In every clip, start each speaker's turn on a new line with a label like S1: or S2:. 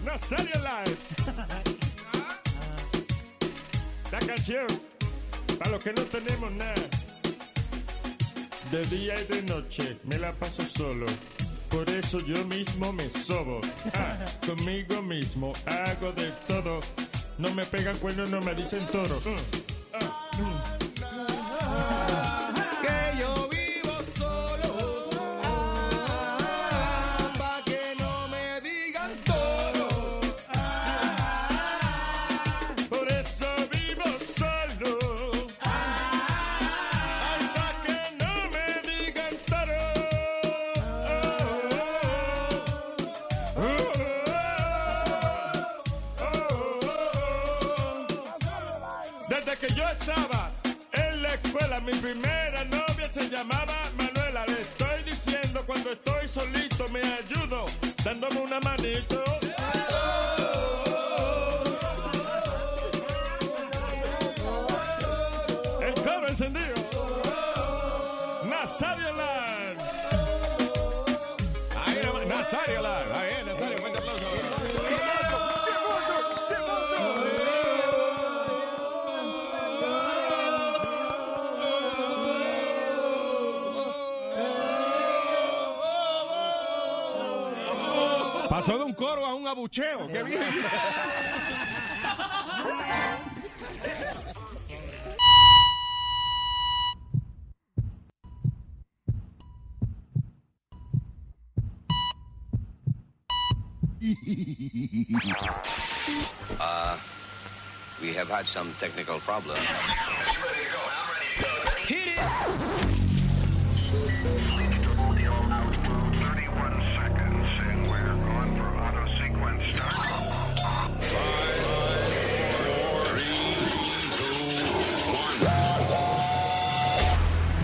S1: Live. La canción para los que no tenemos nada. De día y de noche me la paso solo. Por eso yo mismo me sobo. Ah, conmigo mismo hago de todo. No me pegan cuernos, no me dicen toro. Mm, ah, mm.
S2: Que yo vivo solo. Ah, pa' que no me digan todo.
S1: Por eso vivo solo. Hasta que no me digan toro. Oh, oh, oh. Oh, oh, oh. Desde que yo estaba en la escuela, mi primera novia se llamaba Manuela. Le estoy diciendo cuando estoy solito, me ayudo dándome una manito. El coro encendido. Nazario Land.
S2: Ahí nada más, Nazario Live. Ahí es, Nazario, fuerte aplauso. Pasó de un coro a un abucheo. ¡Qué bien!
S3: We have had some technical problems.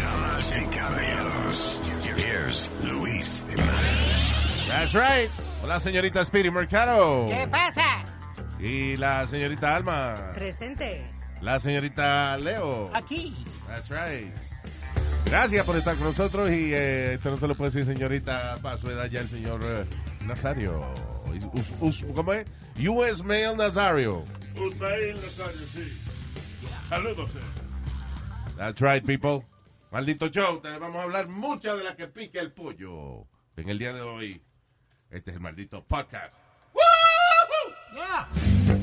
S4: Damas y caballeros, here's Luis Jimenez.
S2: That's right. Hola, señorita Speedy Mercado.
S5: ¿Qué pasa?
S2: Y la señorita Alma.
S5: Presente.
S2: La señorita Leo.
S5: Aquí.
S2: That's right. Gracias por estar con nosotros y eh, esto no se lo puede decir señorita para su edad ya el señor eh, Nazario. Us- us- ¿Cómo es? U.S. Mail Nazario.
S1: Usted Nazario, sí. Saludos, eh.
S2: That's right, people. Maldito show, te vamos a hablar muchas de las que pica el pollo. En el día de hoy, este es el maldito podcast. ¡Woohoo!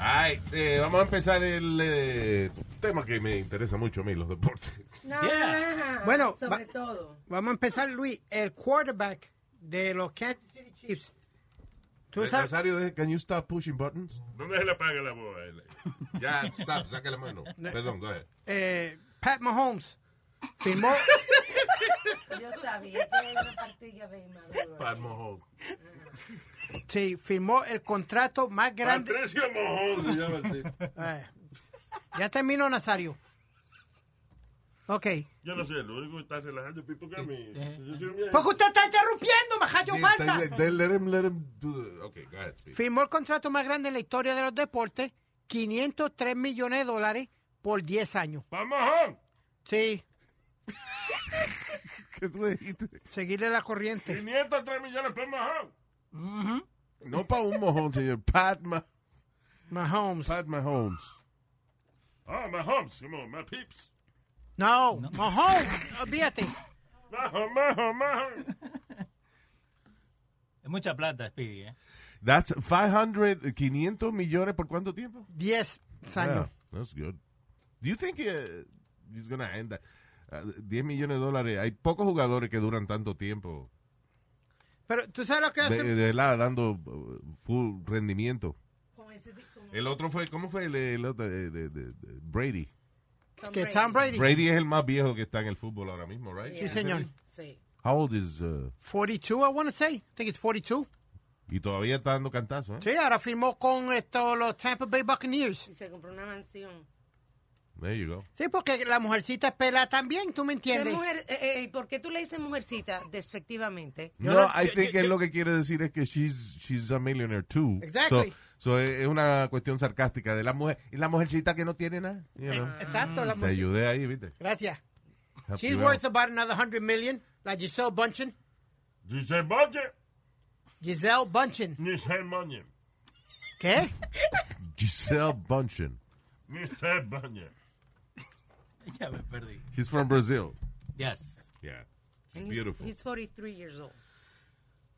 S2: Ay, eh, vamos a empezar el eh, tema que me interesa mucho a mí, los deportes.
S6: Bueno,
S5: sobre
S6: va-
S5: todo.
S6: Vamos a empezar, Luis. El quarterback de los Kansas City Chiefs. ¿Tú sabes?
S2: Nazario, can you stop pushing buttons?
S1: ¿Dónde se le paga la voz a él?
S2: Ya, stop, saca la mano. Perdón, go ahead.
S6: eh, Pat Mahomes firmó.
S5: Yo sabía que era una partilla de inmaduro.
S2: Pat Mahomes.
S6: sí, firmó el contrato más grande.
S1: Patricio Mojón.
S2: Se llama el tipo.
S6: Eh, ya terminó, Nazario. Ok.
S1: Yo no soy el único que está relajando el pipo que a mí. Yo soy un viejo.
S6: Porque usted está interrumpiendo, Majayo
S2: Sí,
S6: Malta.
S2: they- they Let him, let him do the... Okay, go ahead. Speedy.
S6: Firmó el contrato más grande en la historia de los deportes. 503 millones de dólares por 10 años.
S1: ¡Vamos, Mojón!
S6: Sí,
S2: ¿Qué tú dijiste?
S6: seguirle la corriente.
S1: 503 millones por Mojón.
S2: No para un mojón, señor. Pat, Ma
S6: Mahomes.
S2: Pat Mahomes.
S1: Oh, Mahomes, come on, my peeps.
S6: No, Mahomes. Olvídate.
S1: Mahomes, Mahomes, Mahomes.
S7: Es mucha plata, Speedy, ¿eh?
S2: That's 500, 500 millones por cuánto tiempo?
S6: 10
S2: Yeah,
S6: años.
S2: that's good. Do you think uh, he's gonna end that? Uh, 10 millones de dólares. Hay pocos jugadores que duran tanto tiempo.
S6: Pero tú sabes lo que
S2: De,
S6: hace.
S2: de la, dando uh, full rendimiento.
S5: Como ese di- como
S2: El otro fue, ¿cómo fue el, el otro? De, de- de- de- Brady.
S5: Tom
S6: que
S5: Brady.
S6: Tom Brady.
S2: Brady es el más viejo que está en el fútbol ahora mismo, right?
S6: Sí, señor.
S5: Sí.
S2: How old is, uh,
S6: 42, I want to say. I think it's 42.
S2: y todavía está dando cantazo, ¿eh?
S6: Sí, ahora firmó con esto, los Tampa Bay Buccaneers.
S5: Y se compró una mansión.
S2: There you go.
S6: Sí, porque la mujercita es pelada también, ¿tú me
S5: ¿Qué
S6: entiendes?
S5: mujer, eh, eh, ¿Por qué tú le dices mujercita despectivamente?
S6: Yo
S2: no,
S6: no-
S2: I
S6: yo-
S2: think
S6: yo-
S2: él
S6: yo-
S2: lo que quiere decir es que she's, she's a millionaire too.
S6: Exactly.
S2: So, So, eh, es es una cuestión sarcástica de la mujer. Y la mujercita que no tiene nada. you know.
S6: Eh, Exacto, la
S2: Te
S6: mujer.
S2: ayudé ahí, viste.
S6: Gracias.
S2: Help
S6: She's
S2: you
S6: worth
S2: out.
S6: about another 100 million, like Giselle Bundchen.
S1: Dice Moñe,
S6: Giselle Bundchen.
S1: dice Moñe,
S6: ¿Qué?
S2: Giselle Bunchen.
S1: dice Moñe.
S7: Ya me perdí.
S2: She's from Brazil.
S7: Yes.
S2: Yeah.
S5: And he's,
S2: Beautiful.
S5: he's 43 years old.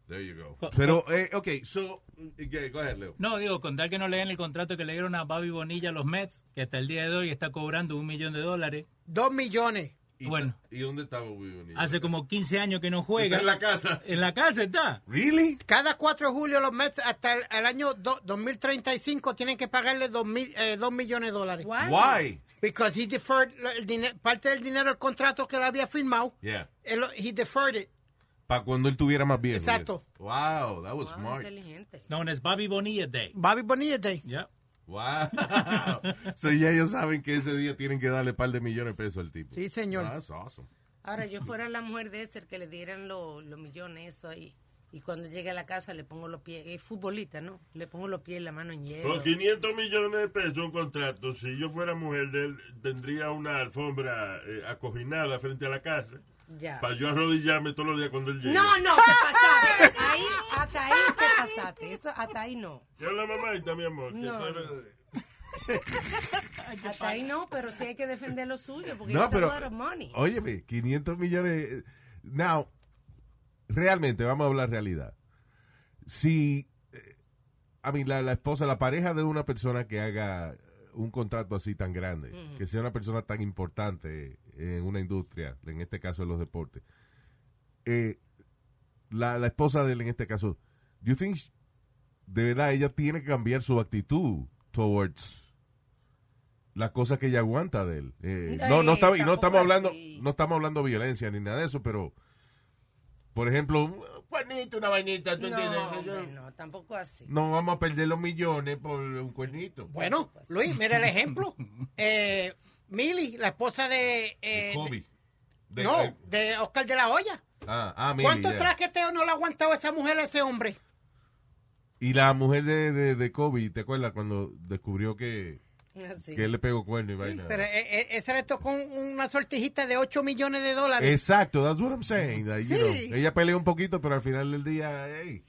S2: There you go. Pero, eh, ok, so, yeah, go ahead, Leo.
S7: No, digo, con tal que no leen el contrato que le dieron a Bobby Bonilla a los Mets, que hasta el día de hoy está cobrando un millón de dólares.
S6: Dos millones.
S2: ¿Y
S7: Bueno.
S2: ta- ¿Y dónde estaba Bobby Bonilla?
S7: Hace como 15 años que no juega.
S2: Está
S7: Eh,
S2: en la casa.
S7: En la casa está.
S2: ¿Really?
S6: Cada 4 de julio los Mets hasta el, el año do- 2035 tienen que pagarle 2 mil, eh, dos millones de dólares.
S5: Why?
S2: Why?
S6: Because he deferred la- el dine- parte del dinero del contrato que le había firmado.
S2: Yeah.
S6: él lo- he deferred it.
S2: Para cuando él tuviera más viejo.
S6: Exacto.
S2: Wow, that was
S5: Wow,
S2: smart.
S5: inteligente.
S7: No, es Bobby Bonilla Day.
S6: Bobby Bonilla Day.
S7: Ya.
S2: Wow. so ya ellos saben que ese día tienen que darle par de millones de pesos al tipo.
S6: Sí, señor.
S2: That's awesome.
S5: Ahora, yo fuera la mujer de ese, que le dieran lo- los millones, eso ahí. Y cuando llegue a la casa le pongo los pies, es futbolista, ¿no? Le pongo los pies y la mano en hielo.
S1: Por 500 millones de pesos un contrato, si yo fuera mujer de él, tendría una alfombra eh, acoginada frente a la casa.
S5: Ya.
S1: Para yo arrodillarme todos los días cuando él llegue.
S5: No, no, te pasaste. Ahí, hasta ahí te pasaste. Eso, hasta ahí no.
S1: Y habla mamá mi amor. que
S5: No,
S1: tú eres-
S5: Hasta ahí no, pero sí hay que defender lo suyo, porque
S2: No,
S5: es
S2: pero.
S5: a lot of money.
S2: Óyeme, 500 millones. eh, Now, realmente, vamos a hablar realidad. Si. eh, A mí, la, la esposa, la pareja de una persona que haga un contrato así tan grande, que sea una persona tan importante en una industria, en este caso en los deportes, eh, la, la esposa de él en este caso, do you think sh- de verdad ella tiene que cambiar su actitud towards las cosas que ella aguanta de él? Eh, no, no,
S5: Eh,
S2: está- y no
S5: tampoco
S2: estamos hablando,
S5: así.
S2: no estamos hablando de violencia ni nada de eso, pero por ejemplo, cuernito, una vainita, ¿tú
S5: No,
S2: entiendes?
S5: hombre, no, tampoco así.
S2: No vamos a perder los millones por un cuernito.
S6: Bueno, Luis, mira el ejemplo. Eh, Millie, la esposa de... eh,
S2: Kobe.
S6: de-
S2: De-
S6: no, de Oscar de la Hoya.
S2: Ah, ah, Millie,
S6: ¿Cuántos
S2: ya.
S6: traqueteos no le ha aguantado esa mujer a ese hombre?
S2: Y la mujer de, de, de Kobe, ¿te acuerdas cuando descubrió que,
S5: Así.
S2: que él le pegó cuerno y vaina?
S6: Pero eh, eh, ese le tocó un- una sortijita de 8 millones de dólares.
S2: Exacto, that's what I'm saying. that, you know,
S6: Sí.
S2: Ella peleó un poquito, pero al final del día, hey,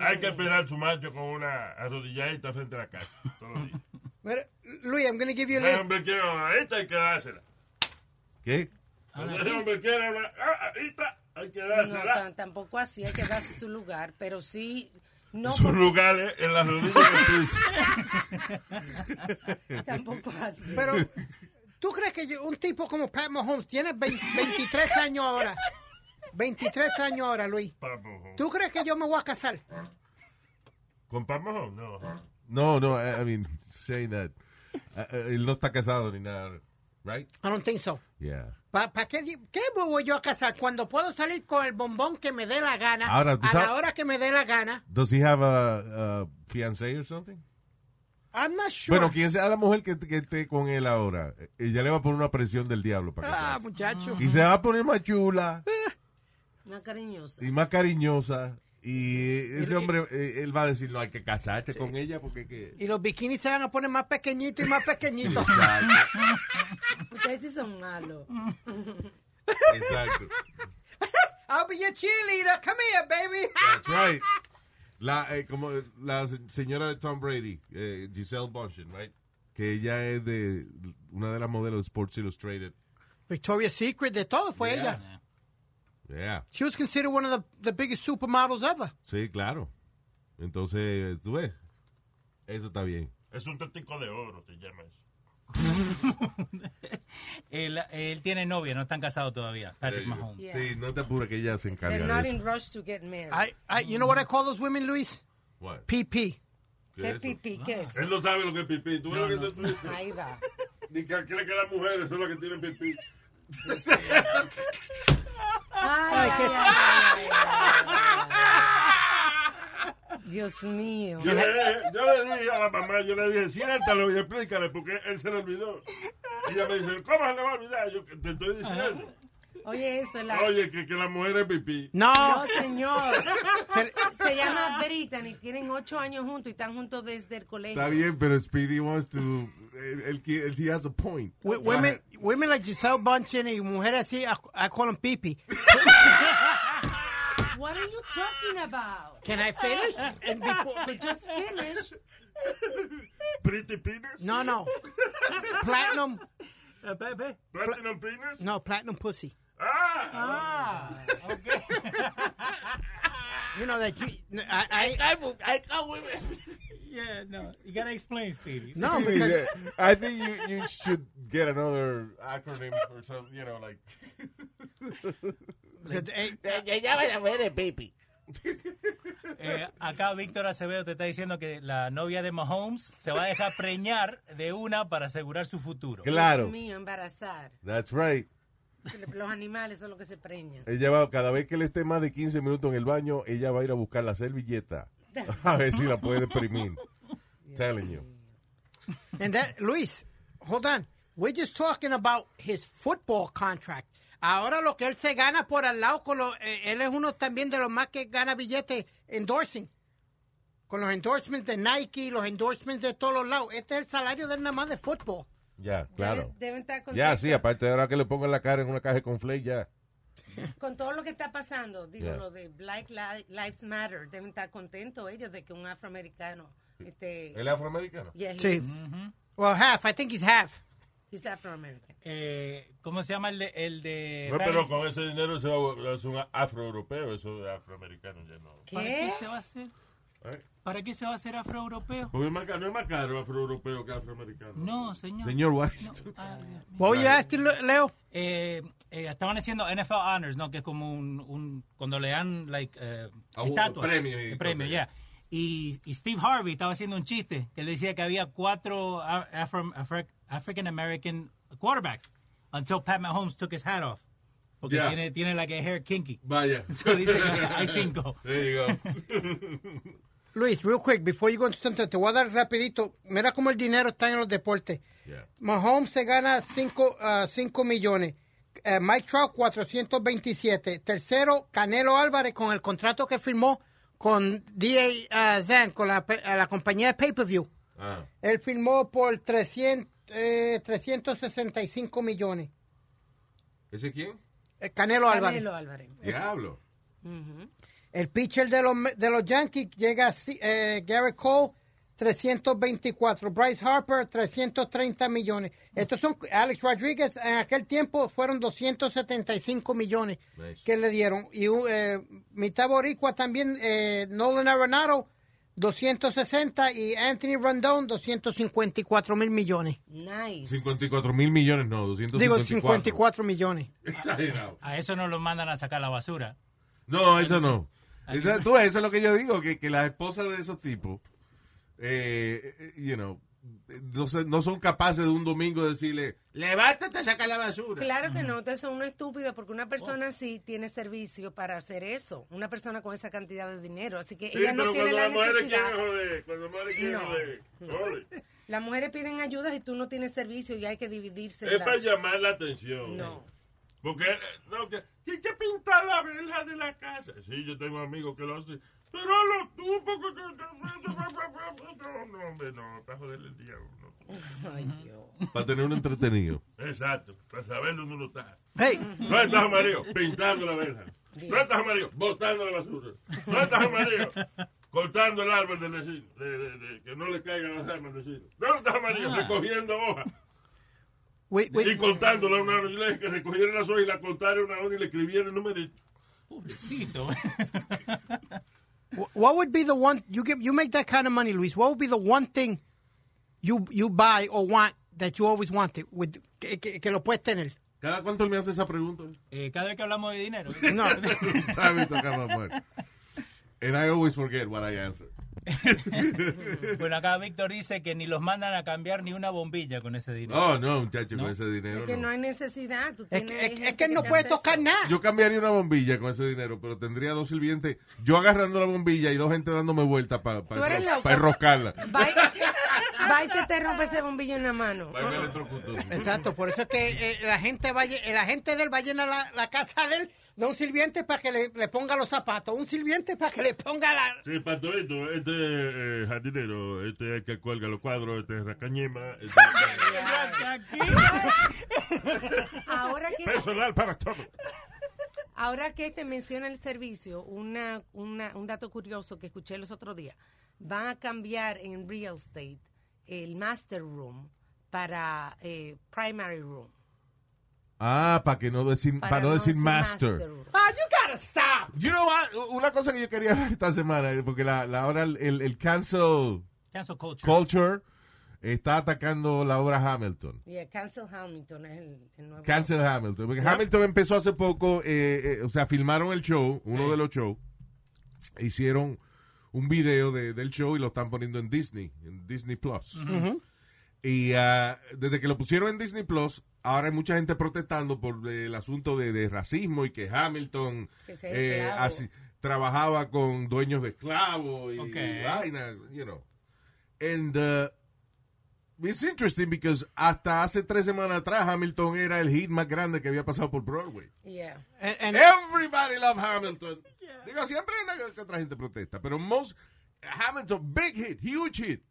S1: Hay que esperar su macho con una arrodilladita frente a la casa. Todos los días.
S6: Mira, Luis, I'm gonna give you a
S1: Ese
S6: list.
S1: hombre quiere una ahorita, hay que dársela.
S2: ¿qué?
S1: Ese hombre quiere una ahorita, hay que
S5: No,
S1: dársela.
S5: tan- tampoco así, hay que darse su lugar, pero sí, no,
S1: Sus lugares en las rodillas que tú dices.
S5: tampoco así.
S6: Pero, ¿tú crees que yo- un tipo como Pat Mahomes tiene vein- 23 años ahora? 23 años ahora, Luis.
S1: Papo.
S6: ¿Tú crees que yo me voy a casar?
S1: ¿Con Pamón? No.
S2: No, no, I, I mean, saying that. Ah, ah, él no está casado ni nada, right?
S6: I don't think so.
S2: Yeah.
S6: ¿Para qué, di- qué me voy yo a casar cuando puedo salir con el bombón que me dé la gana?
S2: Ahora, tú
S6: a
S2: sabes-
S6: la hora que me dé la gana.
S2: Does he have a, a fiancé or something?
S6: I'm not sure.
S2: Bueno, quien sea la mujer que, que esté con él ahora, eh, ella le va a poner una presión del diablo para que
S6: Ah,
S2: se
S6: muchacho.
S2: case. Y se va a poner más chula
S5: Más cariñosa.
S2: y más cariñosa. Y ese hombre, eh, él va a decir, no, hay que casarte con ella porque... Que...
S6: Y los bikinis se van a poner más pequeñitos y más pequeñitos.
S5: Ustedes sí son malos.
S2: Mm. Exacto.
S6: I'll be your cheerleader. Come here, baby.
S2: That's right. La, eh, como la se- señora de Tom Brady, eh, Giselle Bundchen, right? Que ella es de una de las modelos de Sports Illustrated.
S6: Victoria's Secret, de todo fue ella.
S2: Yeah.
S6: She was considered one of the, the biggest supermodels ever.
S2: Sí, claro. Entonces, tú ves, eso está bien.
S1: Es un testico de oro, te llama eso.
S7: Él, él tiene novia, no están casados todavía. Patrick Mahomes.
S5: Yeah.
S2: Sí, no te apures que ella se
S5: They're
S2: encarga
S5: not
S2: de
S5: in
S2: eso.
S5: rush to get married.
S6: I, I, you know what I call those women, Luis?
S2: What?
S6: PP.
S2: ¿Qué
S5: ¿Qué
S2: es eso?
S5: pipí? ¿Qué es?
S1: Él no sabe lo que es pipí. ¿Tú ves lo que te tú dices?
S5: Ahí va.
S1: Ni que cree que las mujeres son las que tienen pipí.
S5: Ay, ay, ay, ay, ay. Dios mío.
S1: Yo le, yo le dije a la mamá, yo le dije, siéntalo y explícale porque él se le olvidó. Y ella me dice, ¿cómo se le va a olvidar? Yo que te estoy diciendo.
S5: Oye, eso, la...
S1: Oye, que, que la mujer es pipí.
S6: No.
S5: No, señor.
S6: Se-
S5: Se llama Brittany, tienen ocho años juntos y están juntos desde el colegio.
S2: Está bien, pero Speedy wants to. Él, él, qui- él- he has a point.
S6: Wo- Women, women like Giselle Bunchen y mujeres así, I, I call them pipi.
S5: What are you talking about?
S6: Can I finish? And before-
S5: But just finish.
S1: Pretty penis.
S6: no, no. Platinum,
S7: Eh, ve, ve.
S1: Platinum penis.
S6: no, platinum pussy.
S1: Ah.
S7: Ah, ok.
S6: You know that you, I, I,
S7: Yeah, no. You gotta explain, Speedy.
S6: no,
S2: Speedy,
S6: because,
S2: yeah, I think you, you should get another acronym or something, you know, like.
S6: because eh,
S7: Eh, acá Víctor Acevedo te está diciendo que la novia de Mahomes se va a dejar preñar de una para asegurar su futuro.
S5: Dios
S2: Claro.
S5: mío, embarazar.
S2: That's right.
S5: Los animales son los que se preñan.
S2: Ella va, cada vez que él esté más de 15 minutos en el baño, ella va a ir a buscar la servilleta. A ver si la puede imprimir. Telling you.
S6: and that Luis, hold on. We're just talking about his football contract. Ahora lo que él se gana por al lado con los, eh, él es uno también de los más que gana billetes endorsing. Con los endorsements de Nike, los endorsements de todos los lados. Este es el salario de él nada más de fútbol.
S2: Ya, claro.
S5: Deben, deben estar
S2: Ya,
S5: contentos
S2: sí, aparte de ahora que le pongan la cara en una caja con flay, ya.
S5: con todo lo que está pasando. Digo,
S2: Yeah.
S5: lo de Black Li- Lives Matter. Deben estar contentos ellos de que un afroamericano. Este,
S2: ¿El afroamericano?
S5: yeah, he's,
S6: Sí. Well, half. I think he's half.
S5: he's afroamerican.
S7: Eh, ¿Cómo se llama el de... El de
S1: No, pero con ese dinero se va a es un afroeuropeo, eso de afroamericano ya no.
S7: ¿Para qué
S5: ¿Qué?
S7: se va a hacer?
S1: ¿Eh?
S7: ¿Para qué se va a hacer afroeuropeo?
S1: Porque es más caro- no es más caro afroeuropeo que afroamericano.
S7: No, señor.
S2: Señor, what?
S7: Ah, Dios mío.
S6: What were you asking, Le- Leo?
S7: Eh, eh, estaban haciendo NFL Honors, ¿no? Que es como un... un- cuando le dan, like, eh,
S2: Ah, un
S7: estatuas.
S2: premio y
S7: Eh, premio,
S2: cosas.
S7: ya. Y, y Steve Harvey estaba haciendo un chiste que le decía que había cuatro a- Afro- Afro- African American quarterbacks until Pat Mahomes took his hat off. Porque
S2: Ya.
S7: tiene, tiene like a hair kinky.
S2: Vaya.
S7: So dice que hay cinco.
S2: There you go.
S6: Luis, real quick, before you go into something, te voy a dar rapidito. Mira cómo el dinero está en los deportes.
S2: Yeah.
S6: Mahomes se gana 5 millones. Eh, Mike Trout, 427. Tercero, Canelo Álvarez con el contrato que firmó con DA uh, Zan, con la, pe- eh, la compañía de pay-per-view.
S2: Ah.
S6: Él firmó por 300, eh, 365 millones.
S2: ¿Ese quién?
S6: Eh, Canelo Álvarez.
S5: Canelo Álvarez.
S2: Eh, Diablo.
S6: El pitcher de los, de los Yankees llega a ci- eh, Garrett Cole, 324. Bryce Harper, 330 millones. Estos son Alex Rodríguez, en aquel tiempo fueron 275 millones
S2: Nice.
S6: que le dieron. Y un, eh, mitad boricua también, eh, Nolan Arenado, 260 y Anthony Rondon, 254 mil millones.
S5: Nice.
S2: 54 mil millones, no,
S6: Digo,
S2: 254.
S6: 54 millones.
S2: Exagerado.
S7: A eso no los mandan a sacar la basura.
S2: No, eso no. Esa- tú, ves, eso es lo que yo digo, que, que las esposas de esos tipos, eh, eh, you know, eh, no, se- no son capaces de un domingo decirle, levántate, saca la basura.
S5: Claro que no, ustedes son unos estúpidos porque una
S1: Oh.
S5: persona así tiene servicio para hacer eso. Una persona con esa cantidad de dinero. Así que
S1: Sí,
S5: ella no
S1: pero
S5: tiene
S1: cuando
S5: la
S1: las mujeres
S5: necesidad.
S1: quieren joder, cuando las mujeres quieren
S5: No.
S1: joder, joder.
S5: Las mujeres piden ayudas y tú no tienes servicio y hay que dividirse.
S1: Es
S5: las-
S1: para llamar la atención.
S5: No.
S1: Porque, eh, no, que, que hay que pintar la verja de la casa. Sí, yo tengo amigos que lo hacen. Pero hazlo tú, porque... No, no, hombre, no, para joderle el día a uno.
S5: Ay, Dios.
S2: Para tener un entretenido.
S1: Exacto, para saber dónde uno está.
S6: Hey,
S1: No estás amarillo, pintando la verja. No estás amarillo, botando la basura. No estás amarillo, cortando el árbol del vecino, de- de- de- que no le caigan las armas al vecino. No estás amarillo, recogiendo hojas
S6: wait, wait.
S1: y cortándola una hora. Yo le dije que recogieran las hojas y la cortaran una hora y le escribieran el numerito.
S7: Pobrecito.
S6: Wh- What would be the one you give? You make that kind of money, Luis. What would be the one thing you you buy or want that you always wanted with que, que, que lo puedes tener?
S2: ¿Cada cuánto me hace esa pregunta?
S7: Eh, cada vez que hablamos de dinero.
S6: No,
S2: Time me toca mamar. And I always forget what I answer.
S7: Bueno, acá Víctor dice que ni los mandan a cambiar ni una bombilla con ese dinero.
S2: Oh, no, muchacho, con ese dinero
S5: Porque no
S2: no.
S5: hay necesidad. Tú
S6: es
S5: tienes
S6: que, es,
S5: gente
S6: es que él no
S5: te
S6: puede
S5: hace eso.
S6: tocar nada.
S2: Yo cambiaría una bombilla con ese dinero, pero tendría dos sirvientes, yo agarrando la bombilla y dos gente dándome vuelta para
S5: Tú eres loco.
S2: enroscarla.
S5: Va, va Ahí se te rompe ese bombillo en la mano.
S2: Ahí me electrocutó.
S6: Exacto, por eso es que eh, la gente va, a lle- la gente de él va a llenar la, la casa de él de un sirviente para que le, le ponga los zapatos, un sirviente para que le ponga la...
S1: Sí, Pastorito, este eh, jardinero, este es el que cuelga los cuadros, este es Racañema, este es
S5: Ahora que
S1: personal para todo.
S5: Ahora que te menciona el servicio, una, una- un dato curioso que escuché los otros días. Van a cambiar en real estate el master room para eh, primary room.
S2: Ah, para que no decir, para no decir master.
S5: room.
S6: Ah, you gotta stop!
S2: You know what? Una cosa que yo quería ver esta semana, eh, porque la, la ahora el, el- el cancel
S7: Cancel culture.
S2: culture está atacando la obra Hamilton.
S5: Yeah, cancel Hamilton es el, el nuevo.
S2: Cancel Hamilton. Porque Hamilton empezó hace poco, eh, eh, o sea, filmaron el show, uno de los shows, e hicieron un video de- del show y lo están poniendo en Disney, en Disney Plus. Y ah, desde que lo pusieron en Disney Plus, ahora hay mucha gente protestando por eh, el asunto de, de racismo y que Hamilton eh,
S5: Que sea esclavo.
S2: así- trabajaba con dueños de esclavos y
S7: Ok.
S2: vaina, you know. And uh, it's interesting because hasta hace tres semanas atrás Hamilton era el hit más grande que había pasado por Broadway.
S5: Yeah.
S6: And- and-
S2: Everybody loved Hamilton. Digo, siempre hay una que otra gente protesta, pero most Hamilton, big hit, huge hit.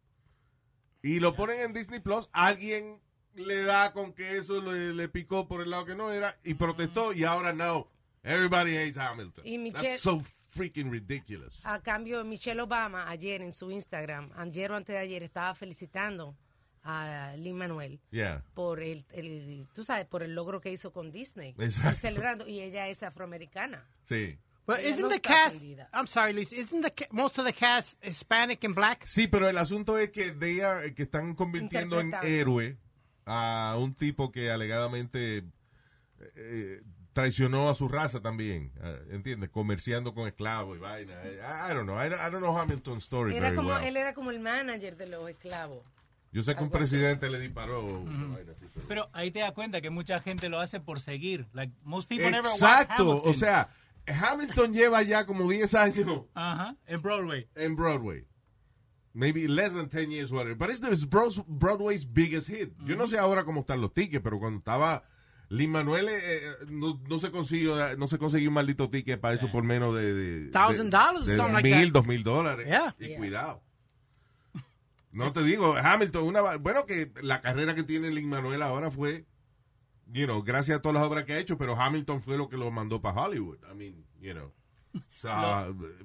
S2: Y lo ponen en Disney Plus, alguien le da con que eso le, le picó por el lado que no era
S5: Mm-hmm.
S2: y protestó y ahora no. Everybody hates Hamilton.
S5: Y Michelle-
S2: That's so freaking ridiculous.
S5: A cambio, Michelle Obama ayer en su Instagram, ayer o antes de ayer, estaba felicitando a Lin Manuel
S2: Yeah.
S5: por el, el- tú sabes, por el logro que hizo con Disney.
S2: Exacto.
S5: Y celebrando, y ella es afroamericana.
S2: Sí.
S6: But
S5: Ella
S6: isn't
S5: no
S6: the
S5: está
S6: cast...
S5: ofendida.
S6: I'm sorry, Luis. Isn't the ca- most of the cast Hispanic and black?
S2: Sí, pero el asunto es que, they are- que están convirtiendo en
S5: Interpretando.
S2: héroe a un tipo que alegadamente eh, traicionó a su raza también, eh, ¿entiendes? Comerciando con esclavos y vaina. I, I don't know. I, don't- I don't know Hamilton's story
S5: Era
S2: very
S5: como,
S2: well.
S5: él era como el manager de los esclavos.
S2: Yo sé que un
S5: algo así.
S2: presidente le disparó. una vaina así, pero-
S7: Pero ahí te das cuenta que mucha gente lo hace por seguir. Like, most people never watch
S2: Exacto.
S7: Hamilton.
S2: O sea, Hamilton lleva ya como 10 años
S7: Ajá, en Broadway.
S2: en Broadway. Maybe less than 10 years, whatever. But it's the Bro- Broadway's biggest hit. Yo no sé ahora cómo están los tickets, pero cuando estaba Lin Manuel, eh, eh, no, no se consiguió, no se consiguió un maldito ticket para eso por menos de. de
S6: Eh. Thousand dollars or
S2: de
S6: something like
S2: mil,
S6: that.
S2: dos mil dólares.
S6: Yeah.
S2: Y
S5: Yeah.
S2: cuidado. No te digo, Hamilton, una, va- bueno, que la carrera que tiene Lin Manuel ahora fue, you know, gracias a todas las obras que ha hecho, pero Hamilton fue lo que lo mandó para Hollywood. I mean, you know. So,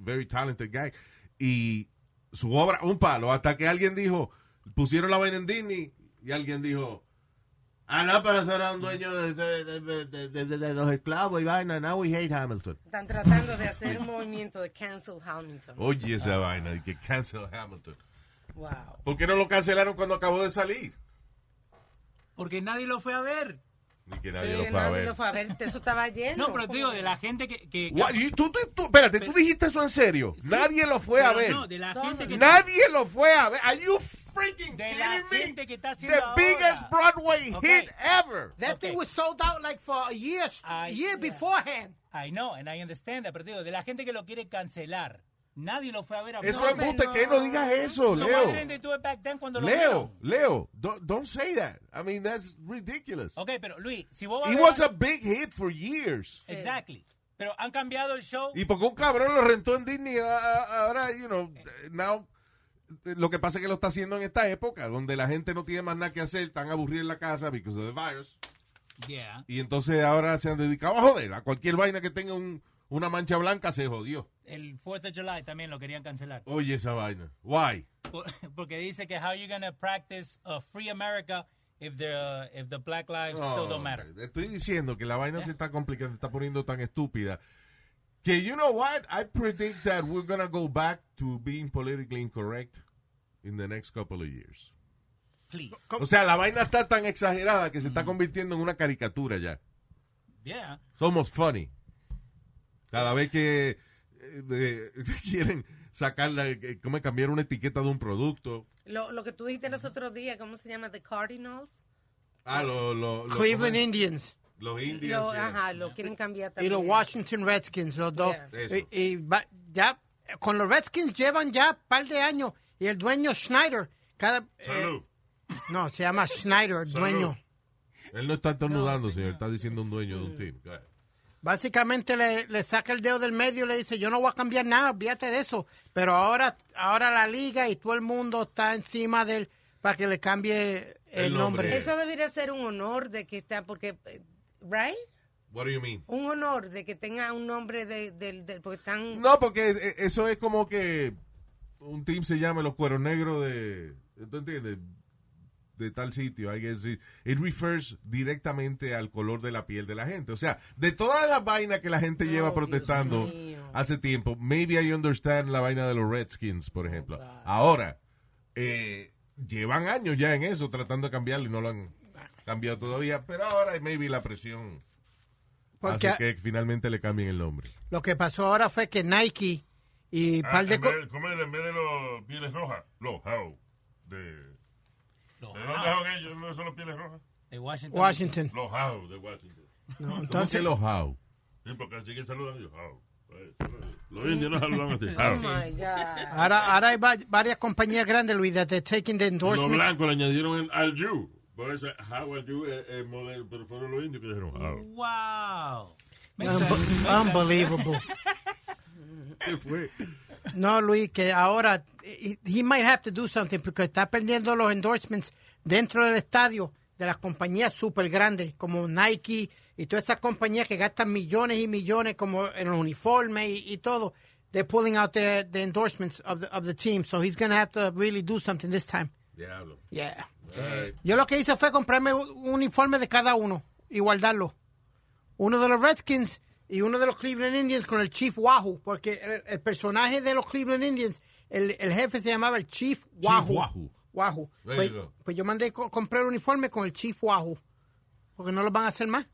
S2: very talented guy. Y su obra, un palo, hasta que alguien dijo, pusieron la vaina en Disney y alguien dijo, ah, no, pero eso era un dueño de, de- de- de- de- de- de los esclavos y vaina, now we hate Hamilton.
S5: Están tratando de hacer un movimiento de cancel Hamilton.
S2: Oye esa vaina, y que cancel Hamilton.
S5: Wow.
S2: ¿Por qué no lo cancelaron cuando acabó de salir?
S7: Porque nadie lo fue a ver.
S2: Ni que
S5: Sí,
S2: nadie lo fue a
S5: nadie
S2: ver.
S5: lo fue a ver, eso estaba lleno.
S7: No, pero te digo, de la gente que... que
S2: What? You- tú, tú- tú- espérate, tú dijiste eso en serio. Nadie lo fue a
S7: Pero
S2: ver.
S7: No, de la
S5: Todo.
S7: gente que...
S2: Nadie lo fue a ver. Are you freaking
S7: De la
S2: kidding me?
S7: gente que está haciendo
S2: The biggest
S7: ahora.
S2: Broadway
S7: Ok.
S2: hit ever.
S6: That
S7: Okay.
S6: thing was sold out like for a year,
S7: Ay,
S6: year
S7: yeah.
S6: beforehand.
S7: I know, and I understand that, pero te digo, de la gente que lo quiere cancelar. Nadie lo fue a ver a
S2: Eso
S7: Broadway.
S2: es embuste, que no digas eso,
S7: So why didn't they
S2: Leo.
S7: do it back then cuando lo
S2: Leo,
S7: vieron?
S2: Leo, don't, don't say that. I mean, that's ridiculous.
S7: Ok, pero Luis, si vos vas a
S2: It
S7: ver-
S2: was a big hit for years.
S7: Exactly. Pero han cambiado el show.
S2: Y porque un cabrón lo rentó en Disney, a- a- ahora, you know, now, lo que pasa es que lo está haciendo en esta época, donde la gente no tiene más nada que hacer, están aburridos en la casa because of the virus.
S7: Yeah.
S2: Y entonces ahora se han dedicado a joder, a cualquier vaina que tenga un- una mancha blanca se jodió.
S7: El 4th of July también lo querían cancelar.
S2: Oye esa vaina. Why?
S7: Por- Porque dice que how you gonna practice a free America if the uh, if the black lives still
S2: No,
S7: don't matter.
S2: Oh, hombre, Estoy diciendo que la vaina se está complicando, se está poniendo tan estúpida. Que, you know what? I predict that we're going to go back to being politically incorrect in the next couple of years.
S7: Please.
S2: O sea, la vaina está tan exagerada que se está convirtiendo en una caricatura ya.
S7: Yeah.
S2: Somos funny. Cada vez que eh, eh, quieren sacarla, eh, ¿cómo es? cambiar una etiqueta de un producto.
S5: Lo, lo que tú dijiste los otros días, ¿cómo se llama? The Cardinals.
S2: Ah, lo- lo- lo-
S6: Cleveland Indians.
S2: Los indios.
S5: Lo,
S2: yeah.
S5: ajá, lo quieren cambiar
S6: Y
S5: también.
S6: los Washington Redskins, los dos.
S5: Yeah.
S2: Eso.
S6: Y, y va- ya, con los Redskins llevan ya un par de años. Y el dueño Schneider, cada. eh,
S1: Salud.
S6: No, se llama Schneider, dueño.
S2: Él no está estornudando, señor. Está diciendo un dueño de un team. Go ahead.
S6: Básicamente le, le saca el dedo del medio y le dice, yo no voy a cambiar nada, olvídate de eso. Pero ahora, ahora la liga y todo el mundo está encima de él para que le cambie el,
S2: El nombre.
S6: nombre.
S5: Eso debería ser un honor de que está, porque, eh, right?
S2: What do you mean?
S5: Un honor de que tenga un nombre de, del del- porque están,
S2: No, porque eh, eso es como que un team se llama los cueros negros de. ¿Tú entiendes? De tal sitio. I guess it, it refers directamente al color de la piel de la gente. O sea, de todas las vainas que la gente lleva protestando
S5: mío.
S2: hace tiempo, maybe I understand la vaina de los Redskins, por ejemplo. Ahora, eh, llevan años ya en eso, tratando de cambiarlo y no lo han cambiado todavía. Pero ahora, maybe la presión
S6: Porque
S2: hace que finalmente le cambien el nombre.
S6: lo que pasó ahora fue que Nike y
S8: Ah,
S6: par de...
S8: en,
S6: co-
S8: vez, ¿cómo era? en vez de los pieles rojas, los how. De, ¿De
S7: Los
S1: Eh.
S8: dónde
S1: Ah.
S8: son ellos? ¿No son los pieles rojas?
S7: de Washington.
S6: Washington.
S8: Los how de Washington.
S6: No,
S2: Entonces,
S6: entonces,
S2: los how?
S8: Sí, porque así que saludan ellos, how. Eh, Los indios no saludan así, how.
S5: oh my God.
S6: ahora, ahora hay va- varias compañías grandes, Luis, that they're taking the
S8: Los
S6: endorsements.
S8: blancos le añadieron el al you. Por eso, how al you es es modelo, pero fueron los indios que dijeron how.
S7: Wow. Makes sense.
S6: Unbe- Unbelievable.
S2: ¿Qué fue?
S6: No, Luis, que ahora he, he might have to do something porque está perdiendo los endorsements dentro del estadio de las compañías super grandes como Nike y todas estas compañías que gastan millones y millones como en los uniformes y, y todo. They're pulling out the, the endorsements of the, of the team, so he's going to have to really do something this time.
S2: Diablo.
S6: Yeah.
S2: All
S8: Eh,
S2: right.
S6: Yo lo que hice fue comprarme un un uniforme de cada uno y guardarlo. Uno de los Redskins y uno de los Cleveland Indians con el Chief Wahoo, porque el, el personaje de los Cleveland Indians, el, el jefe se llamaba el Chief Wahoo.
S2: Wahoo.
S6: Wahoo.
S2: There
S6: Pues,
S2: you go.
S6: pues yo mandé co- comprar el uniforme con el Chief Wahoo, porque no lo van a hacer más.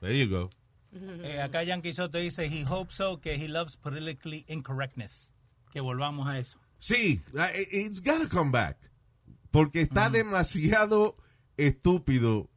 S2: There you go.
S7: Eh, acá Yankee Soto dice, he hopes so, que he loves politically incorrectness. Que volvamos a eso.
S2: Sí, I- I- it's gotta come back. Porque está demasiado estúpido.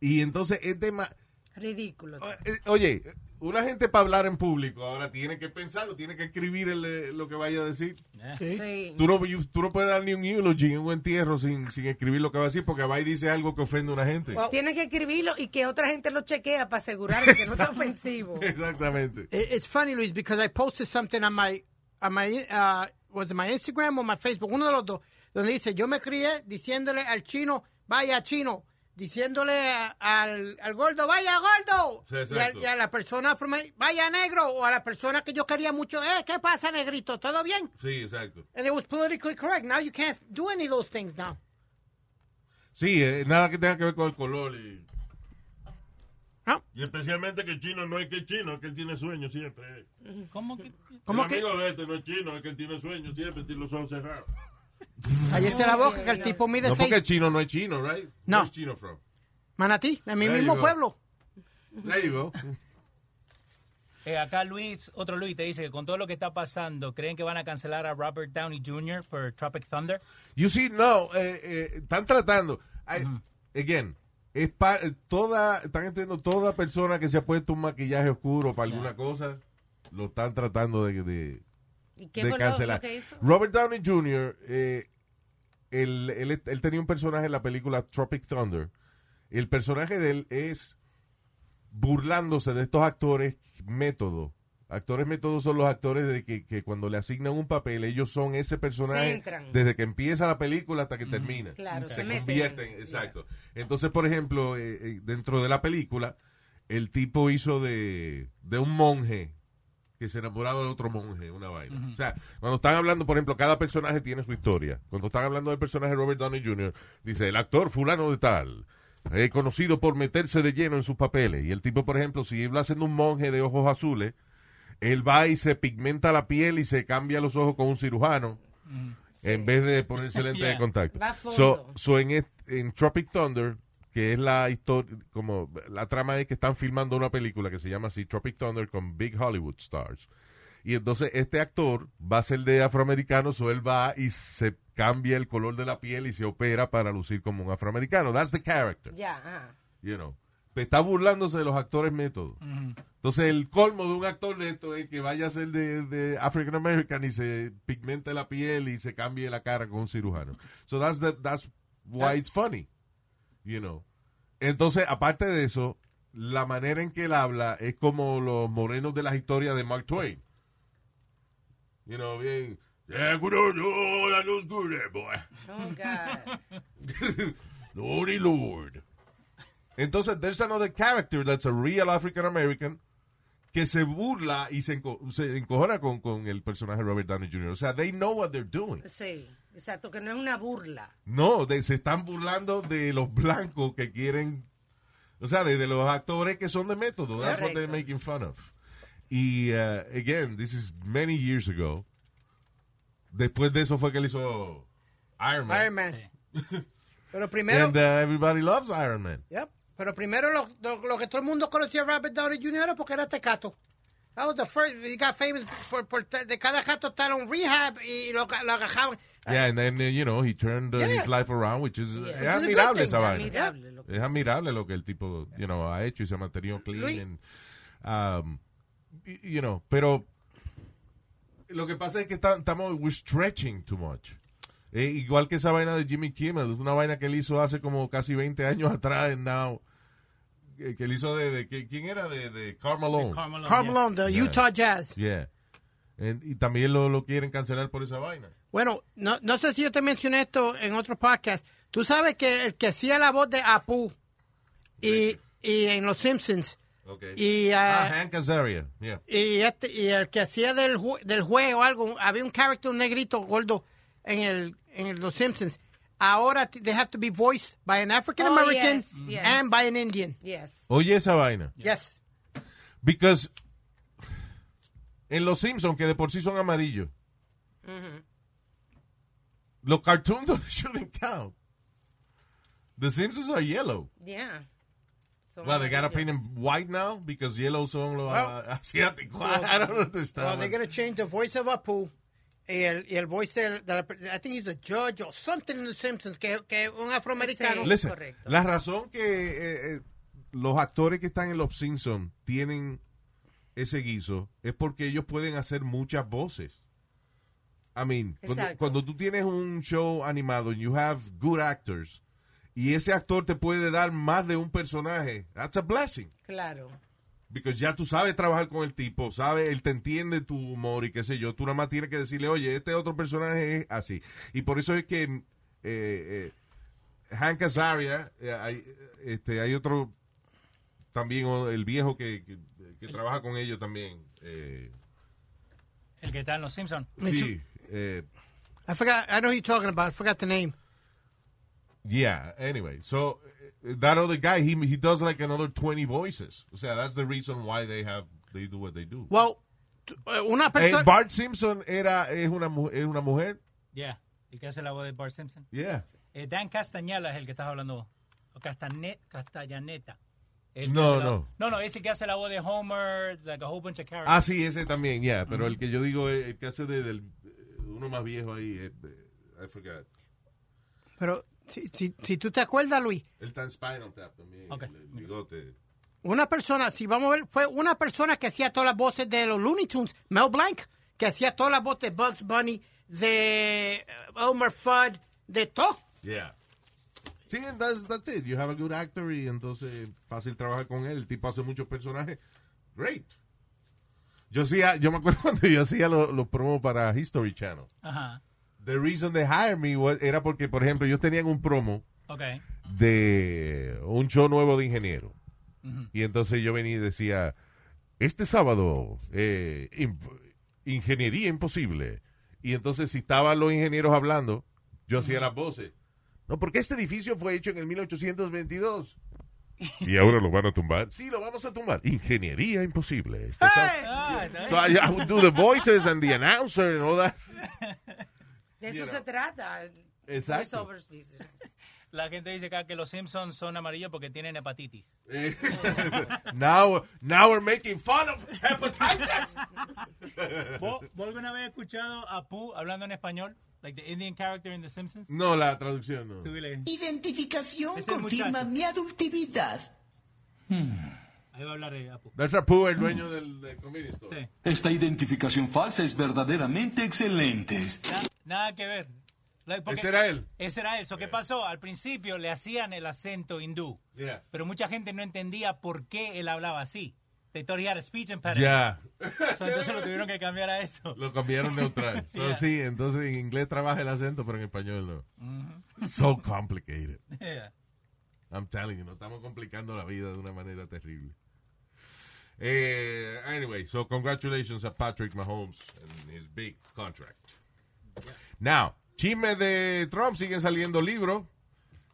S2: Y entonces es dema-
S5: Ridículo.
S2: o- eh, Oye, una gente para hablar en público ahora tiene que pensarlo, tiene que escribir el, eh, lo que vaya a decir.
S5: Sí.
S2: Tú no, you- tú no puedes dar ni un eulogy, un entierro sin, sin escribir lo que va a decir porque va y dice algo que ofende a una gente.
S5: Tiene que escribirlo y que otra gente lo chequea para asegurarme que no está ofensivo.
S2: Exactamente.
S6: It- it's funny, Luis, because I posted something on my, on my, uh, was it my Instagram o my Facebook, uno de los dos, donde dice, yo me crié diciéndole al chino, vaya chino, diciéndole a- al, al gordo, vaya gordo,
S2: Sí,
S6: y, al-
S2: exacto.
S6: y a la persona, afrome- vaya negro, o a la persona que yo quería mucho, eh, ¿qué pasa negrito? ¿Todo bien?
S2: Sí, exacto.
S6: And it was politically correct. Now you can't do any of those things now.
S2: Sí, eh, nada que tenga que ver con el color. Y...
S8: Y especialmente que el chino no es que el chino, es que él tiene sueños siempre. Eh.
S7: ¿Cómo que?
S6: ¿Cómo
S8: el
S6: que?
S8: amigo de este no es chino, es que él tiene sueños siempre, tiene los ojos cerrados.
S6: Ayer se la boca que el tipo mide
S2: No
S6: seis.
S2: porque el chino no es chino, right?
S6: No.
S2: es chino from?
S6: Manatí, de mi
S2: There you
S6: mismo
S2: go.
S6: pueblo.
S2: There you go.
S7: Eh, acá Luis, otro Luis, te dice que con todo lo que está pasando, ¿creen que van a cancelar a Robert Downey Jr. por Tropic Thunder?
S2: You see, no, eh, eh, están tratando. I- Again, es pa- eh, toda, están entendiendo toda persona que se ha puesto un maquillaje oscuro para alguna cosa, lo están tratando de, de,
S5: ¿Y qué
S2: de
S5: fue lo- lo,
S2: cancelar.
S5: que hizo?
S2: Robert Downey Jr., eh, él, él- él tenía un personaje en la película Tropic Thunder. El personaje de él es burlándose de estos actores método. Actores método son los actores de que, que cuando le asignan un papel, ellos son ese
S5: Se
S2: personaje
S5: entran.
S2: desde que empieza la película hasta que termina.
S5: Claro,
S2: se,
S5: se meten.
S2: convierten, exacto. Entonces, por ejemplo, eh, eh, dentro de la película, el tipo hizo de, de un monje que se enamoraba de otro monje, una vaina. O sea, cuando están hablando, por ejemplo, cada personaje tiene su historia. Cuando están hablando del personaje Robert Downey Jr., dice, el actor fulano de tal, eh, conocido por meterse de lleno en sus papeles. Y el tipo, por ejemplo, si iba haciendo un monje de ojos azules, él va y se pigmenta la piel y se cambia los ojos con un cirujano. En vez de ponerse lente de
S7: Yeah.
S2: contacto.
S5: Va a fondo.
S2: So, so en, est- en Tropic Thunder, que es la historia, como la trama es que están filmando una película que se llama así, Tropic Thunder con Big Hollywood Stars. Y entonces este actor va a ser de afroamericano, so él va y se cambia el color de la piel y se opera para lucir como un afroamericano. That's the character,
S5: Ya, ah, ajá.
S2: you know. Pero Está burlándose de los actores métodos. Entonces el colmo de un actor de esto es que vaya a ser de, de African American y se pigmente la piel y se cambie la cara con un cirujano. So that's, the- that's why it's funny. you know. Entonces, aparte de eso, la manera en que él habla es como los morenos de las historias de Mark Twain. You know, bien. Seguro no, la luz good, boy.
S5: Oh, God.
S2: Lordy Lord. Entonces, there's another character that's a real African American que se burla y se, enco- se encojona con, con el personaje Robert Downey Jr. O sea, they know what they're doing.
S5: Sí, exacto, que no es una burla.
S2: No, de- se están burlando de los blancos que quieren, o sea, de, de los actores que son de método. That's what they're
S5: Correcto.
S2: making fun of. Y, uh, again, this is many years ago. Después de eso fue que él hizo Iron Man.
S6: Iron Man. Pero primero,
S2: And uh, everybody loves Iron Man.
S6: Yep. Pero primero lo, lo- lo que todo el mundo conocía a Robert Downey Jr. era porque era tecato. That was the first, he got famous por, por te- de cada gato estar en rehab y lo, lo agajaban.
S2: Yeah, and then, uh, you know, he turned uh, his
S6: Yeah.
S2: life around, which is...
S5: Yeah.
S2: Es
S6: Which is a good
S2: admirable
S6: thing,
S2: esa vaina.
S5: Admirable lo que
S2: Es admirable lo que el tipo, you know, ha hecho y se ha mantenido clean.
S6: Luis-
S2: and, um, y- you know, pero lo que pasa es que ta- estamos, we're stretching too much. Eh, igual que esa vaina de Jimmy Kimmel, es una vaina que él hizo hace como casi 20 años atrás, and now, eh, que, que él hizo de, de- que- ¿quién era? De, de Karl Malone.
S7: Carmelo.
S6: Carl
S7: yeah.
S6: Malone, the
S2: Yeah.
S6: Utah Jazz.
S2: Yeah. And- y también lo, lo quieren cancelar por esa vaina.
S6: Bueno, no, no sé si yo te mencioné esto en otro podcast. Tú sabes que el que hacía la voz de Apu y, y en Los Simpsons
S2: Okay.
S6: y, ah,
S2: ah, Hank Azaria. Yeah.
S6: y, este, y el que hacía del, ju- del juez o algo, había un character, un negrito gordo en el, en el Los Simpsons. Ahora t- they have to be voiced by an African
S5: Oh,
S6: American
S5: yes, yes.
S6: and by an Indian.
S5: Yes.
S2: Oye esa vaina.
S6: Yes.
S2: Because en los Simpsons, que de por sí son amarillos, los cartoons don't- shouldn't count. The Simpsons are yellow.
S5: Yeah. So-
S2: Well, they gotta paint them white now because yellow son los
S6: Well,
S2: ah, asiáticos. I don't understand.
S6: Well, they're going to change the voice of Apu y el, y el voice del, de la- I think he's a judge or something in The Simpsons, que que un afroamericano.
S5: Sí.
S2: Listen,
S5: Correcto.
S2: la razón que eh, eh, los actores que están en los Simpsons tienen ese guiso es porque ellos pueden hacer muchas voces. I mean, cuando,
S5: Exacto.
S2: cuando tú tienes un show animado and you have good actors y ese actor te puede dar más de un personaje, that's a blessing.
S5: Claro.
S2: Porque ya tú sabes trabajar con el tipo, sabes, él te entiende tu humor y qué sé yo. Tú nada más tienes que decirle, oye, este otro personaje es así. Y por eso es que eh, eh, Hank Azaria, eh, hay, este, hay otro también, o- el viejo que, que- que trabaja con ellos también. eh,
S7: El que está en Los Simpsons.
S2: sí, eh,
S6: I forgot, I know who you're talking about, I forgot the name.
S2: yeah, anyway. So, eh, that other guy, he, he does like another 20 voices. O sea, that's the reason why they have, they do what they do.
S6: Well, t- eh, una
S2: Eh,
S6: persona...
S2: Bart Simpson era, es una, mu- es una mujer.
S7: Yeah. El que hace la voz de Bart Simpson.
S2: Yeah.
S7: Eh, Dan Castañala es el que estás hablando vos. O Castañe- Castellaneta. El que
S2: No,
S7: hace la-
S2: no.
S7: No, no, es el que hace la voz de Homer, like a whole bunch of characters.
S2: Ah, sí, ese también, ya. Pero el que yo digo, eh, el que hace de, del eh, uno más viejo ahí, eh, eh, I forgot.
S6: Pero si, si, si tú te acuerdas, Luis,
S2: El tan Spinal Tap también,
S7: Ok.
S2: el, el bigote.
S6: una persona, si vamos a ver, fue una persona que hacía todas las voces de los Looney Tunes, Mel Blanc, que hacía todas las voces de Bugs Bunny, de eh, Elmer Fudd, de todo.
S2: Yeah. Sí, and that's, that's it. You have a good actor y entonces fácil trabajar con él. El tipo hace muchos personajes. Great. Yo hacía, yo me acuerdo cuando yo hacía lo- los promos para History Channel.
S7: Ajá.
S2: The reason they hired me was- era porque, por ejemplo, ellos tenían un promo
S7: Ok.
S2: de un show nuevo de ingeniero. Y entonces yo venía y decía, este sábado, eh, imp- ingeniería imposible. Y entonces si estaban los ingenieros hablando, yo hacía las voces. No, porque este edificio fue hecho en el 1822. Y ahora lo van a tumbar. Sí, lo vamos a tumbar. Ingeniería imposible. Este sábado-
S7: Ah, está
S2: So I, I would do the voices and the announcer and all that.
S5: De eso
S2: You
S5: se
S2: know.
S5: trata.
S2: Exacto.
S5: Voiceovers business.
S7: La gente dice acá que los Simpsons son amarillos porque tienen hepatitis.
S2: Eh, now, now we're making fun of hepatitis.
S7: ¿Vos, vos alguna vez has escuchado a Pooh hablando en español? Like the Indian character in The Simpsons.
S2: No, la traducción no.
S7: Súbele.
S9: Identificación
S7: Ese
S9: confirma
S7: muchacho.
S9: mi adultividad.
S7: Ahí va a hablar eh, Apu.
S2: That's a poo, el dueño del, del convenience store.
S7: Sí.
S10: Esta identificación falsa es verdaderamente excelente.
S7: Na- nada que ver. Like, porque-
S2: Ese era él. Eh.
S7: Ese era él. So, ¿Qué pasó? Al principio le hacían el acento hindú,
S2: Yeah.
S7: pero mucha gente no entendía por qué él hablaba así. They thought he had a speech impediment.
S2: Ya.
S7: So, entonces lo tuvieron que cambiar a eso.
S2: Lo cambiaron neutral. So,
S7: Yeah.
S2: Sí, entonces en inglés trabaja el acento, pero en español no.
S7: Mm-hmm.
S2: So complicated.
S7: Yeah.
S2: I'm telling you, nos estamos complicando la vida de una manera terrible. Eh, anyway, so congratulations a Patrick Mahomes and his big contract. Now, chisme de Trump, siguen saliendo libros.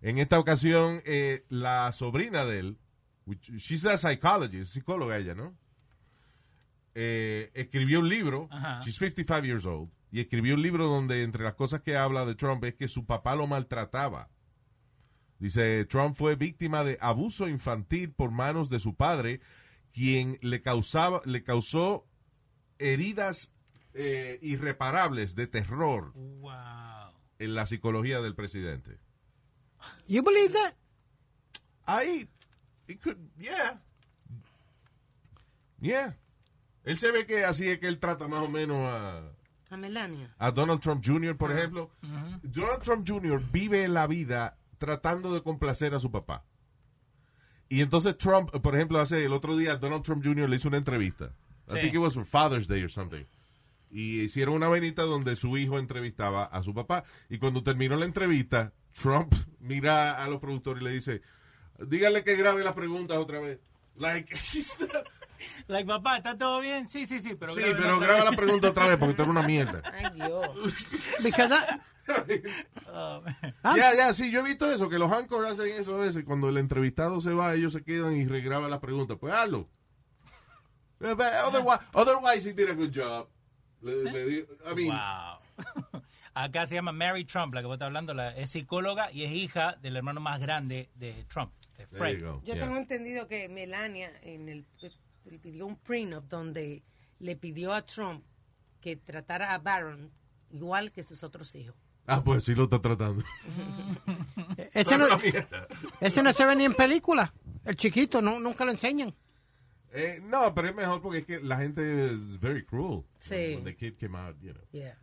S2: En esta ocasión, eh, la sobrina de él, which- she's a psychologist, psicóloga ella, ¿no? Eh, escribió un libro,
S7: Ajá.
S2: she's 55 years old, y escribió un libro donde entre las cosas que habla de Trump es que su papá lo maltrataba. Dice, Trump fue víctima de abuso infantil por manos de su padre, quien le, causaba, le causó heridas eh, irreparables de terror
S7: Wow.
S2: en la psicología del presidente.
S6: You believe that?
S2: Ahí, it could- yeah. Yeah. Él se ve que así es que él trata más o menos a,
S5: A Melania.
S2: a Donald Trump Jr.,
S7: Ah,
S2: por ejemplo.
S7: uh-huh.
S2: Donald Trump Jr. vive la vida tratando de complacer a su papá. Y entonces Trump, por ejemplo, hace el otro día Donald Trump Jr. le hizo una entrevista. I
S7: Sí.
S2: think it was for Father's Day or something. Y hicieron una vainita donde su hijo entrevistaba a su papá. Y cuando terminó la entrevista, Trump mira a los productores y le dice, dígale que grabe las preguntas otra vez. Like, she's not-
S7: Like, papá, ¿está todo bien? Sí, sí, sí, pero
S2: sí,
S7: grábelo
S2: pero
S7: otra
S2: graba
S7: vez.
S2: la pregunta otra vez porque tú eres una mierda.
S5: Ay, Dios.
S6: Because I,
S7: Oh, man.
S5: Ah,
S2: Ya, ya, sí, yo he visto eso, que los anchors hacen eso a veces. Cuando el entrevistado se va, ellos se quedan y regraban las preguntas. Pues hazlo. Eh, but Otherwise, otherwise he did a good job. Le-
S5: Eh.
S2: le di- I mean,
S7: Wow. Acá se llama Mary Trump, la que vos estás hablando. la- es psicóloga y es hija del hermano más grande de Trump, de
S2: there
S7: Fred.
S2: you go.
S5: Yo
S2: Yeah.
S5: tengo entendido que Melania en el, le pidió un prenup donde le pidió a Trump que tratara a Barron igual que sus otros hijos.
S2: Ah, pues sí lo está tratando.
S6: ese, no, ese no se ve ni en película. El chiquito, no, nunca lo enseñan.
S2: Eh, no, pero es mejor porque es que la gente es very cruel.
S5: Sí.
S2: When the kid came out, you know.
S5: Yeah.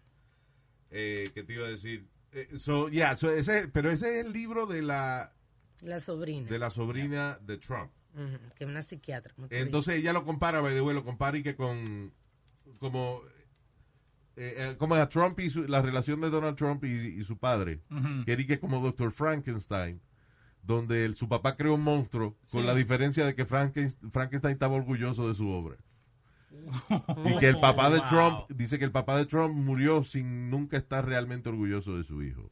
S2: Eh, ¿Qué te iba a decir? Eh, so, yeah, so ese, pero ese es el libro de la,
S5: La sobrina,
S2: de la sobrina de Trump.
S5: Ujú, que es una psiquiatra. como tú dices.
S2: Entonces ella lo compara, by the way, lo compara y que con como eh, eh, como a Trump y su- la relación de Donald Trump y, y su padre, que era y que como Dr. Frankenstein, donde el- su papá creó un monstruo con la diferencia de que Franken- Frankenstein estaba orgulloso de su obra. Y que el papá de
S7: Oh, Wow.
S2: Trump, dice que el papá de Trump murió sin nunca estar realmente orgulloso de su hijo.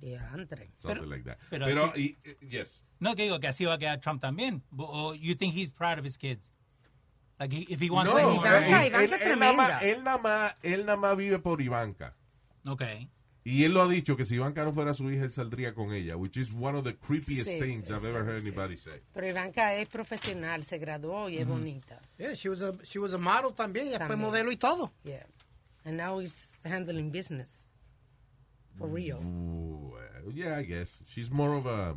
S5: Diantre.
S2: Something
S7: Pero-
S2: like that. Pero,
S7: pero
S2: y, eh, yes.
S7: No, que digo que así va a quedar Trump también. Bo- O you think he's proud of his kids? Like, he- if he wants
S2: No, eh,
S7: to.
S5: Ivanka,
S2: él,
S5: Ivanka
S2: él- él nada
S5: tremenda.
S2: más- él nada más- él nada más vive por Ivanka.
S7: Okay.
S2: Y él lo ha dicho que si Ivanka no fuera su hija, él saldría con ella, which is one of the creepiest
S5: Sí,
S2: things I've
S5: sí,
S2: ever heard
S5: sí.
S2: anybody say.
S5: Pero Ivanka es profesional, se graduó y es bonita.
S6: Yeah, she was a, she was a model también. Ella fue
S5: También.
S6: modelo y todo.
S5: Yeah. And now he's handling business. For real.
S2: Ooh, uh, yeah, I guess. She's more of a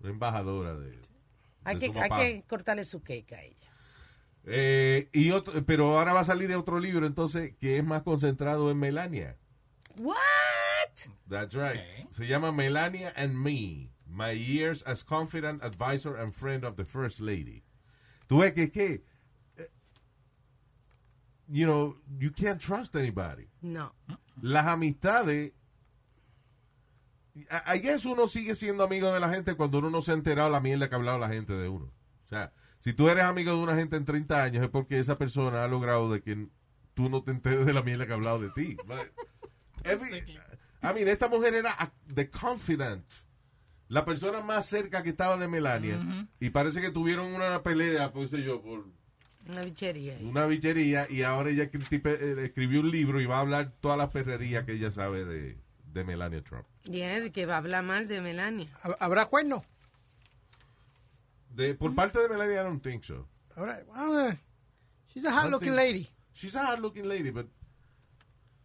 S2: una embajadora de,
S5: Hay
S2: de
S5: que,
S2: su
S5: hay
S2: papá.
S5: que cortarle su cake a ella.
S2: Eh, y otro, pero ahora va a salir de otro libro, entonces, que es más concentrado en Melania.
S5: What?
S2: That's right.
S7: Ok.
S2: Se llama Melania and Me, My Years as Confident Advisor and Friend of the First Lady. Tú ves que es que, eh, you know, you can't trust anybody.
S5: No.
S2: las amistades. a- I guess uno sigue siendo amigo de la gente cuando uno no se ha enterado la mierda que ha hablado la gente de uno. O sea, si tú eres amigo de una gente en 30 años es porque esa persona ha logrado de que tú no te enteres de la mierda que ha hablado de ti. But every- I mean, esta mujer era a- the confidant. La persona más cerca que estaba de Melania. Y parece que tuvieron una pelea, pues sé yo, por
S5: Una bichería.
S2: una bichería y ahora ella escri- tipe- eh, escribió un libro y va a hablar todas las perrerías que ella sabe de, de Melania Trump.
S5: Y es que va a hablar mal de Melania.
S6: Hab- ¿Habrá cuerno?
S2: De, por parte de Melania, I don't think so.
S6: Habrá- ah, she's a hard looking
S2: Something-
S6: lady.
S2: She's a hard looking lady, but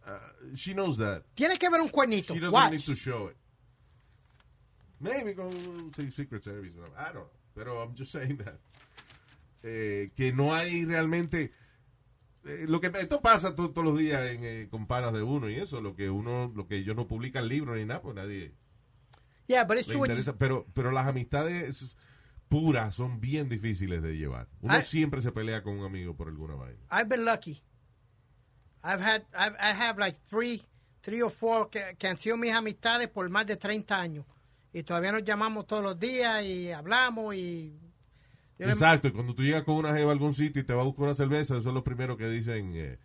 S2: uh, she knows that.
S6: Tiene que haber un cuernito.
S2: She doesn't need
S6: Watch.
S2: to show it. Maybe con un se- Secret Service. no, I don't know. Pero I'm just saying that. Eh, que no hay realmente. eh, lo que esto pasa to- todos los días en, eh, con panas de uno y eso, lo que uno, lo que ellos no publican libros ni nada, pues nadie
S6: Yeah, but it's
S2: le
S6: true. what you-
S2: interesa. Pero, pero las amistades puras son bien difíciles de llevar. Uno
S6: I-
S2: siempre se pelea con un amigo por alguna vaina.
S6: I've been lucky. I've had, I've, I have like three, three or four que, que han sido mis amistades por más de 30 años. Y todavía nos llamamos todos los días y hablamos y... yo le-
S2: Exacto, y cuando tú llegas con una jeva a algún sitio y te va a buscar una cerveza, eso es lo primero que dicen. eh,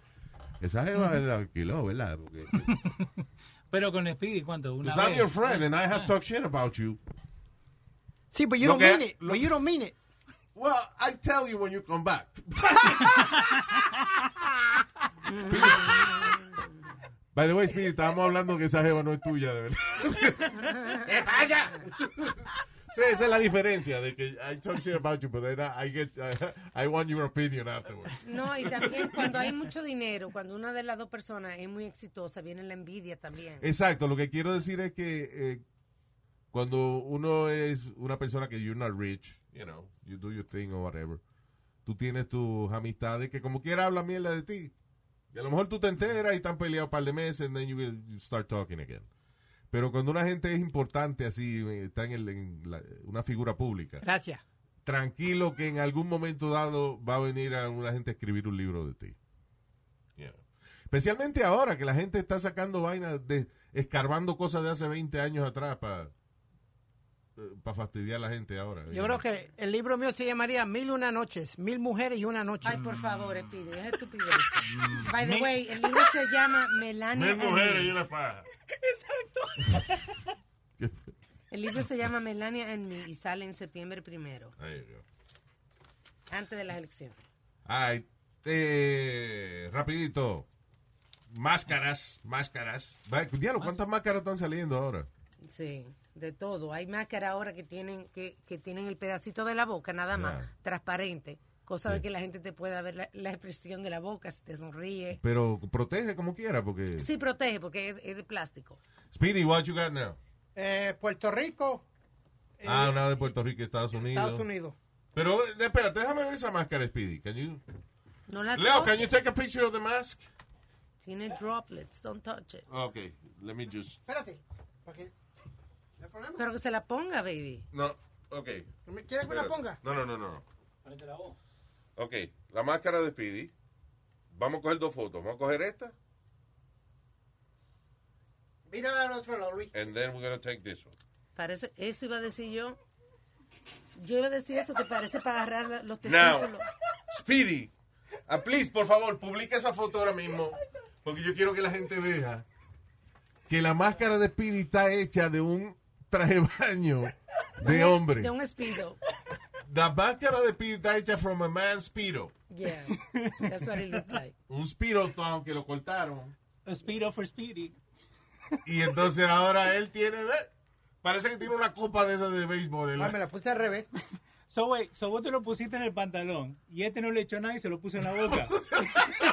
S2: esa jeva la alquiló, ¿verdad? Porque,
S7: Pero con Speedy, ¿cuánto? Una
S2: 'Cause Pues I'm
S7: vez.
S2: your friend and I have talked shit about you.
S6: Sí, but you
S2: Lo
S6: don't
S2: que-
S6: mean it.
S2: lo-
S6: But you don't mean it.
S2: Well, I tell you when you come back. By the way, Speedy, estábamos hablando que esa jeva no es tuya, de verdad.
S1: ¿Qué pasa?
S2: Sí, esa es la diferencia de que I talk shit about you, but then I get I, I want your opinion afterwards.
S5: No, y también cuando hay mucho dinero, cuando una de las dos personas es muy exitosa, viene la envidia también.
S2: Exacto, lo que quiero decir es que eh, cuando uno es una persona que you're not rich, you know, you do your thing or whatever, tú tienes tus amistades que como quiera hablan mierda de ti. Y a lo mejor tú te enteras y están peleados un par de meses and then you, will- you start talking again. Pero cuando una gente es importante así, eh, está en, el- en la- una figura pública,
S6: Gracias.
S2: tranquilo que en algún momento dado va a venir a una gente a escribir un libro de ti. Yeah. Especialmente ahora que la gente está sacando vainas, de, escarbando cosas de hace 20 años atrás para fastidiar a la gente ahora.
S6: Yo creo que el libro mío se llamaría Mil y una noches, Mil mujeres y una noche.
S5: Ay, por favor, Speedy, es estupidez. By the way, el libro se llama
S8: Mil
S5: Melania
S2: eh,
S8: mujeres y
S5: and Me.
S8: una paja.
S5: El libro se llama Melania and Me y sale en septiembre primero,
S2: There you go.
S5: antes de las elecciones.
S2: Ay, eh, rapidito. Máscaras, máscaras. Va, Diablo, ¿cuántas máscaras están saliendo ahora?
S5: Sí, de todo. Hay máscaras ahora que tienen que, que tienen el pedacito de la boca nada más,
S2: Ya.
S5: transparente, cosa de
S2: Sí.
S5: que la gente te pueda ver la, la expresión de la boca, si te sonríe.
S2: Pero protege como quiera, porque...
S5: Sí, protege porque es, es de plástico.
S2: Speedy, what you got now?
S6: Eh, Puerto Rico, eh,
S2: ah, una de Puerto Rico, Estados Unidos.
S6: Estados Unidos.
S2: Pero, eh, espérate, déjame ver esa máscara, Speedy. Can you...
S5: No la
S2: Leo,
S5: toques.
S2: can you take a picture of the mask?
S5: Tiene droplets, don't touch it.
S2: Okay, let me just...
S6: Espérate. ¿para qué? ¿No hay problema?
S5: Pero que se la ponga, baby.
S2: No, okay.
S6: ¿Me- ¿Quieres que me la ponga?
S2: No, no, no, no. Okay, la máscara de Speedy. Vamos a coger dos fotos. Vamos a coger esta,
S6: Mira al otro lado, Luis.
S2: and then we're going to take this one.
S5: Parece, eso iba a decir yo. Yo iba a decir eso, que parece para agarrar la- los
S2: Now,
S5: testículos.
S2: Speedy, ah, please, por favor, publica esa foto ahora mismo, porque yo quiero que la gente vea que la máscara de Speedy está hecha de un traje de baño de hombre.
S5: De un espido.
S2: La máscara de Speedy está hecha from a man's speedo.
S5: Yeah, that's what it looked like.
S2: Un speedo aunque lo cortaron.
S7: A Speedo for Speedy.
S2: Y entonces ahora él tiene, ve, parece que tiene una copa de esas de béisbol. en la-
S6: Ah, me la puse al revés.
S7: So, wait, so vos te lo pusiste en el pantalón y este no le echó nada y se lo puso en la boca.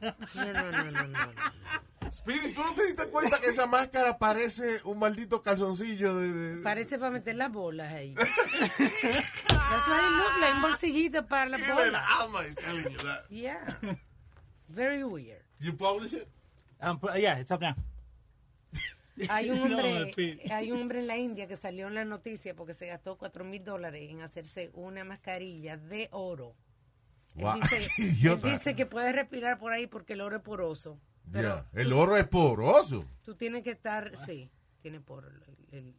S5: No, no, no, no, no.
S2: Speedy, ¿tú no te diste cuenta que esa máscara parece un maldito calzoncillo de... de-
S5: Parece para meter las bolas ahí. That's what it looked like, un bolsillito para las
S2: Even
S5: bolas.
S2: Alma is telling you that.
S5: Yeah. Very weird.
S2: You publish it?
S7: Um, but yeah, it's up now.
S5: Hay un
S7: No,
S5: hombre,
S7: Speedy.
S5: hay un hombre en la India que salió en la noticia porque se gastó cuatro mil dólares en hacerse una mascarilla de oro. Él
S2: Wow.
S5: dice,
S2: Qué
S5: él
S2: idiota.
S5: dice que puedes respirar por ahí porque el oro es poroso. Pero
S2: Ya, El oro es poroso.
S5: tú tienes que estar, sí, tiene poro el, el-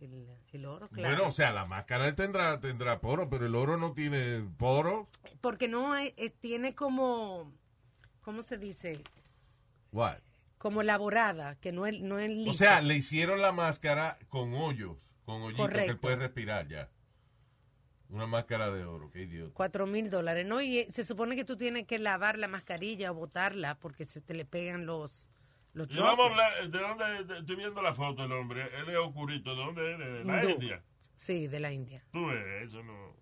S5: el- el oro,
S2: Bueno,
S5: claro.
S2: o sea, la máscara él tendrá, tendrá poro, pero el oro no tiene poro.
S5: porque no hay- eh, tiene como, ¿cómo se dice?
S2: What?
S5: Como laborada, que no es, no es lisa.
S2: O sea, le hicieron la máscara con hoyos, con hoyitos que él
S5: Correcto.
S2: puede respirar ya. Una máscara de oro, qué idiota.
S5: cuatro mil dólares, ¿no? Y eh, se supone que tú tienes que lavar la mascarilla o botarla porque se te le pegan los los
S8: Yo vamos a
S5: droplets.
S8: hablar, ¿de dónde? de- estoy viendo la foto del hombre. Él es oscurito. ¿De dónde eres? De la
S5: Hindú.
S8: India.
S5: Sí, de la India.
S8: Tú eres, eso no.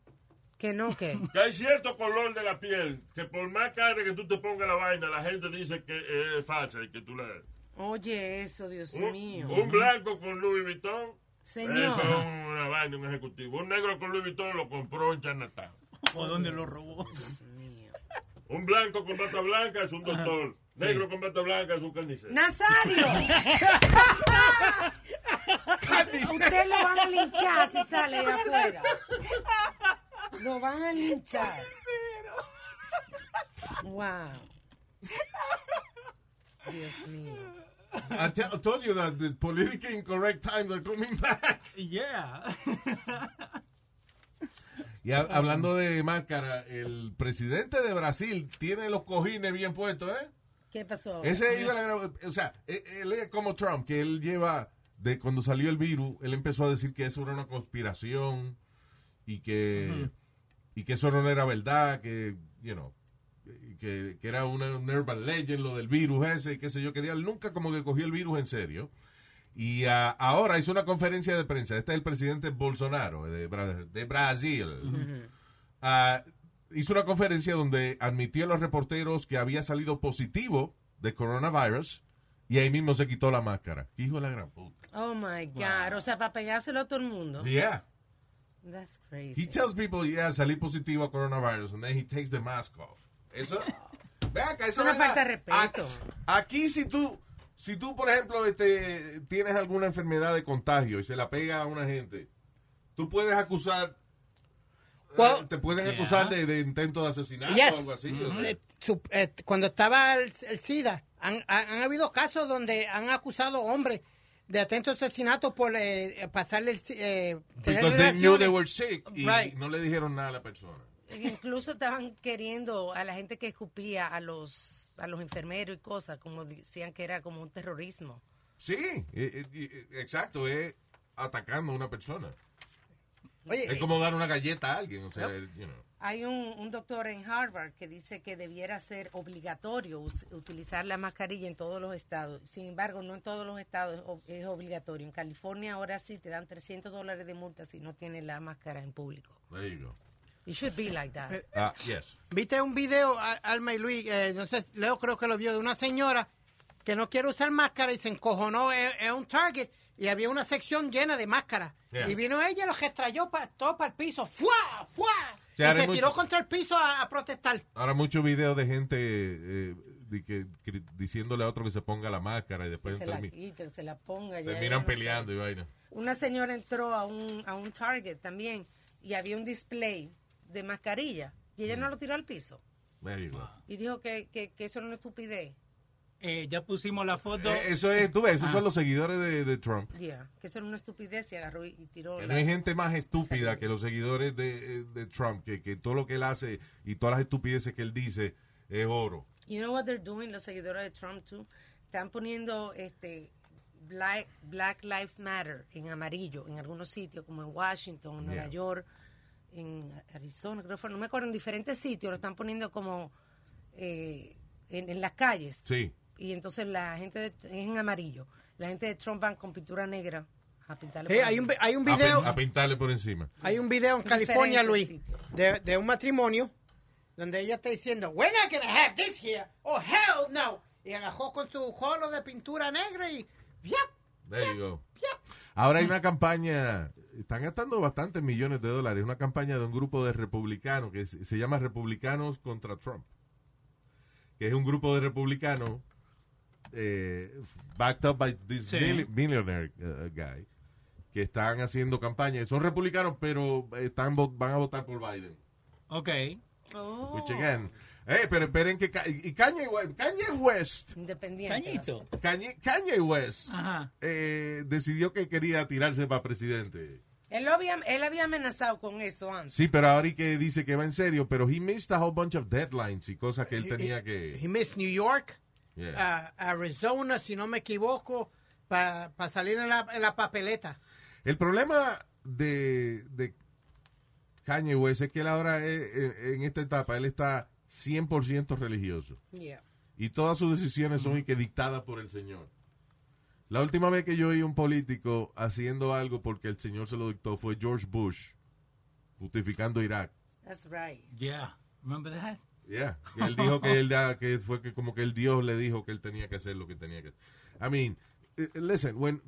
S5: Que no, que
S8: Que hay cierto color de la piel que por más carne que tú te pongas la vaina, la gente dice que es falsa y que tú la...
S5: oye eso, Dios
S8: Un,
S5: mío.
S8: un blanco con Louis Vuitton, eso es
S5: Señor,
S8: una vaina, un ejecutivo. Un negro con Louis Vuitton lo compró en Chinatown.
S7: ¿O dónde lo robó?
S5: Dios mío.
S8: Un blanco con bata blanca es un doctor. Negro con bata blanca es un carnicero.
S5: ¡Nazario! Usted lo van a linchar si sale ahí afuera. Lo van a linchar. Wow. Dios mío.
S2: I, te- I told you that the politically incorrect times are coming back.
S7: Yeah.
S2: Y ha- hablando de máscara, el presidente de Brasil tiene los cojines bien puestos, ¿eh?
S5: ¿Qué pasó?
S2: Ese iba a la gra- o sea, e- él es como Trump, que él lleva, de cuando salió el virus, él empezó a decir que eso era una conspiración y que, y que eso no era verdad, que, you know, que, que era una, un urban legend lo del virus ese, y qué sé yo, que él nunca como que cogió el virus en serio. Y ah, ahora hizo una conferencia de prensa, este es el presidente Bolsonaro de, Bra- de Brasil. Ah, hizo una conferencia donde admitió a los reporteros que había salido positivo de coronavirus y ahí mismo se quitó la máscara. Hijo de la gran puta.
S5: Oh my God. O sea, para pegárselo a todo el mundo.
S2: Yeah.
S5: That's
S2: He
S5: crazy.
S2: tells people, yeah, salí positivo a coronavirus and then he takes the mask off. Eso. Ve acá, eso
S5: Es una falta de respeto.
S2: Aquí, aquí si tú. Si tú, por ejemplo, este, tienes alguna enfermedad de contagio y se la pega a una gente, tú puedes acusar,
S6: Well,
S2: te pueden
S7: Yeah.
S2: acusar de, de intento de asesinato
S6: Yes.
S2: o algo así.
S5: Mm-hmm.
S2: o sea.
S6: Eh, su- eh, cuando estaba el, el SIDA, han, han- han habido casos donde han acusado hombres de atento asesinato por eh, pasarle el. Eh, tener
S2: Because they knew
S6: relaciones.
S2: they were sick y
S6: Right.
S2: no le dijeron nada a la persona.
S5: Incluso estaban queriendo a la gente que escupía a los a los enfermeros y cosas, como decían que era como un terrorismo.
S2: Sí, eh, eh, eh, exacto, es atacando a una persona.
S6: Oye,
S5: Eh.
S2: Es como dar una galleta a alguien, o sea, el- you know.
S5: Hay un, un doctor en Harvard que dice que debiera ser obligatorio us- utilizar la mascarilla en todos los estados. Sin embargo, no en todos los estados es ob- es obligatorio. En California ahora sí te dan 300 dólares de multa si no tienes la máscara en público.
S2: There you go.
S5: It should be like that.
S2: Ah, yes.
S6: Viste un video, Al- Alma y Luis, eh, no sé, Leo creo que lo vio, de una señora que no quiere usar máscara y se encojonó en, en un Target y había una sección llena de máscaras.
S2: Yeah.
S6: Y vino ella y los extrayó pa- todo para el piso. ¡Fua! ¡Fua!
S2: Sí,
S6: y
S2: ahora
S6: se
S2: hay
S6: tiró
S2: mucho-
S6: contra el piso a, a protestar.
S2: Ahora muchos videos de gente eh, de que, cri- diciéndole a otro que se ponga la máscara y
S5: Que
S2: después
S5: se la
S2: termi-
S5: quiten, se la ponga. ya,
S2: terminan
S5: no sé.
S2: peleando y vaina.
S5: Una señora entró a un, a un Target también y había un display de mascarilla y ella
S2: Mm.
S5: no lo tiró al piso
S2: There you go.
S5: y dijo que, que, que eso era una estupidez.
S7: Eh, ya pusimos la foto.
S2: Eh, Eso es, tú ves, esos
S5: Ah.
S2: son los seguidores de, de Trump.
S5: Yeah, que eso era una estupidez y agarró y, y tiró.
S2: Que
S5: la-
S2: no hay gente más estúpida que los seguidores de, de Trump, que, que todo lo que él hace y todas las estupideces que él dice es oro.
S5: You know what they're doing, los seguidores de Trump, too? Están poniendo este Black, Black Lives Matter en amarillo en algunos sitios, como en Washington, en Nueva
S2: Yeah.
S5: York, en Arizona, creo que fue, no me acuerdo, en diferentes sitios, lo están poniendo como eh, en, en las calles.
S2: Sí.
S5: Y entonces la gente de, es en amarillo. La gente de Trump van con pintura negra a pintarle.
S6: Eh,
S5: por
S6: hay, un,
S5: encima.
S6: hay un
S2: A pin-
S6: video.
S2: A, pintarle por encima.
S6: Hay un video en California, Luis,
S5: Diferentes sitios.
S6: de, de un matrimonio donde ella está diciendo, We're not gonna have this here. Oh, hell no. Y agajó con su jolo de pintura negra y. Yep,
S2: There you go.
S6: yep.
S2: Ahora hay una campaña, están gastando bastantes millones de dólares, una campaña de un grupo de republicanos que se se llama Republicanos contra Trump, que es un grupo de republicanos eh, backed up by this
S7: Sí.
S2: mil- millionaire uh, guy, que están haciendo campaña. Son republicanos, pero están vo- van a votar por Biden.
S7: Ok.
S5: Oh,
S2: Which again, eh, pero esperen que... Ka- Y Kanye, West- Kanye West,
S5: independiente.
S7: Cañito.
S2: Kanye, Kanye West,
S7: Ajá.
S2: eh, decidió que quería tirarse para presidente.
S5: Él, lo había, él había amenazado con eso antes.
S2: Sí, pero ahora y que dice que va en serio, pero he missed a whole bunch of deadlines y cosas que él
S6: Eh,
S2: tenía
S6: He
S2: que...
S6: missed New York,
S2: Yeah.
S6: uh, Arizona, si no me equivoco, para salir en la, en la papeleta.
S2: El problema de, de Kanye West es que él ahora, es- en en esta etapa, él está 100% religioso.
S5: Yeah.
S2: Y todas sus decisiones son y que dictadas por el Señor. La última vez que yo oí un político haciendo algo porque el Señor se lo dictó fue George Bush, justificando Irak.
S5: That's right.
S7: Yeah. Remember that?
S2: Yeah, que él dijo que él ya- que fue que como que el Dios le dijo que él tenía que hacer lo que tenía que hacer. I mean, eh, listen, when-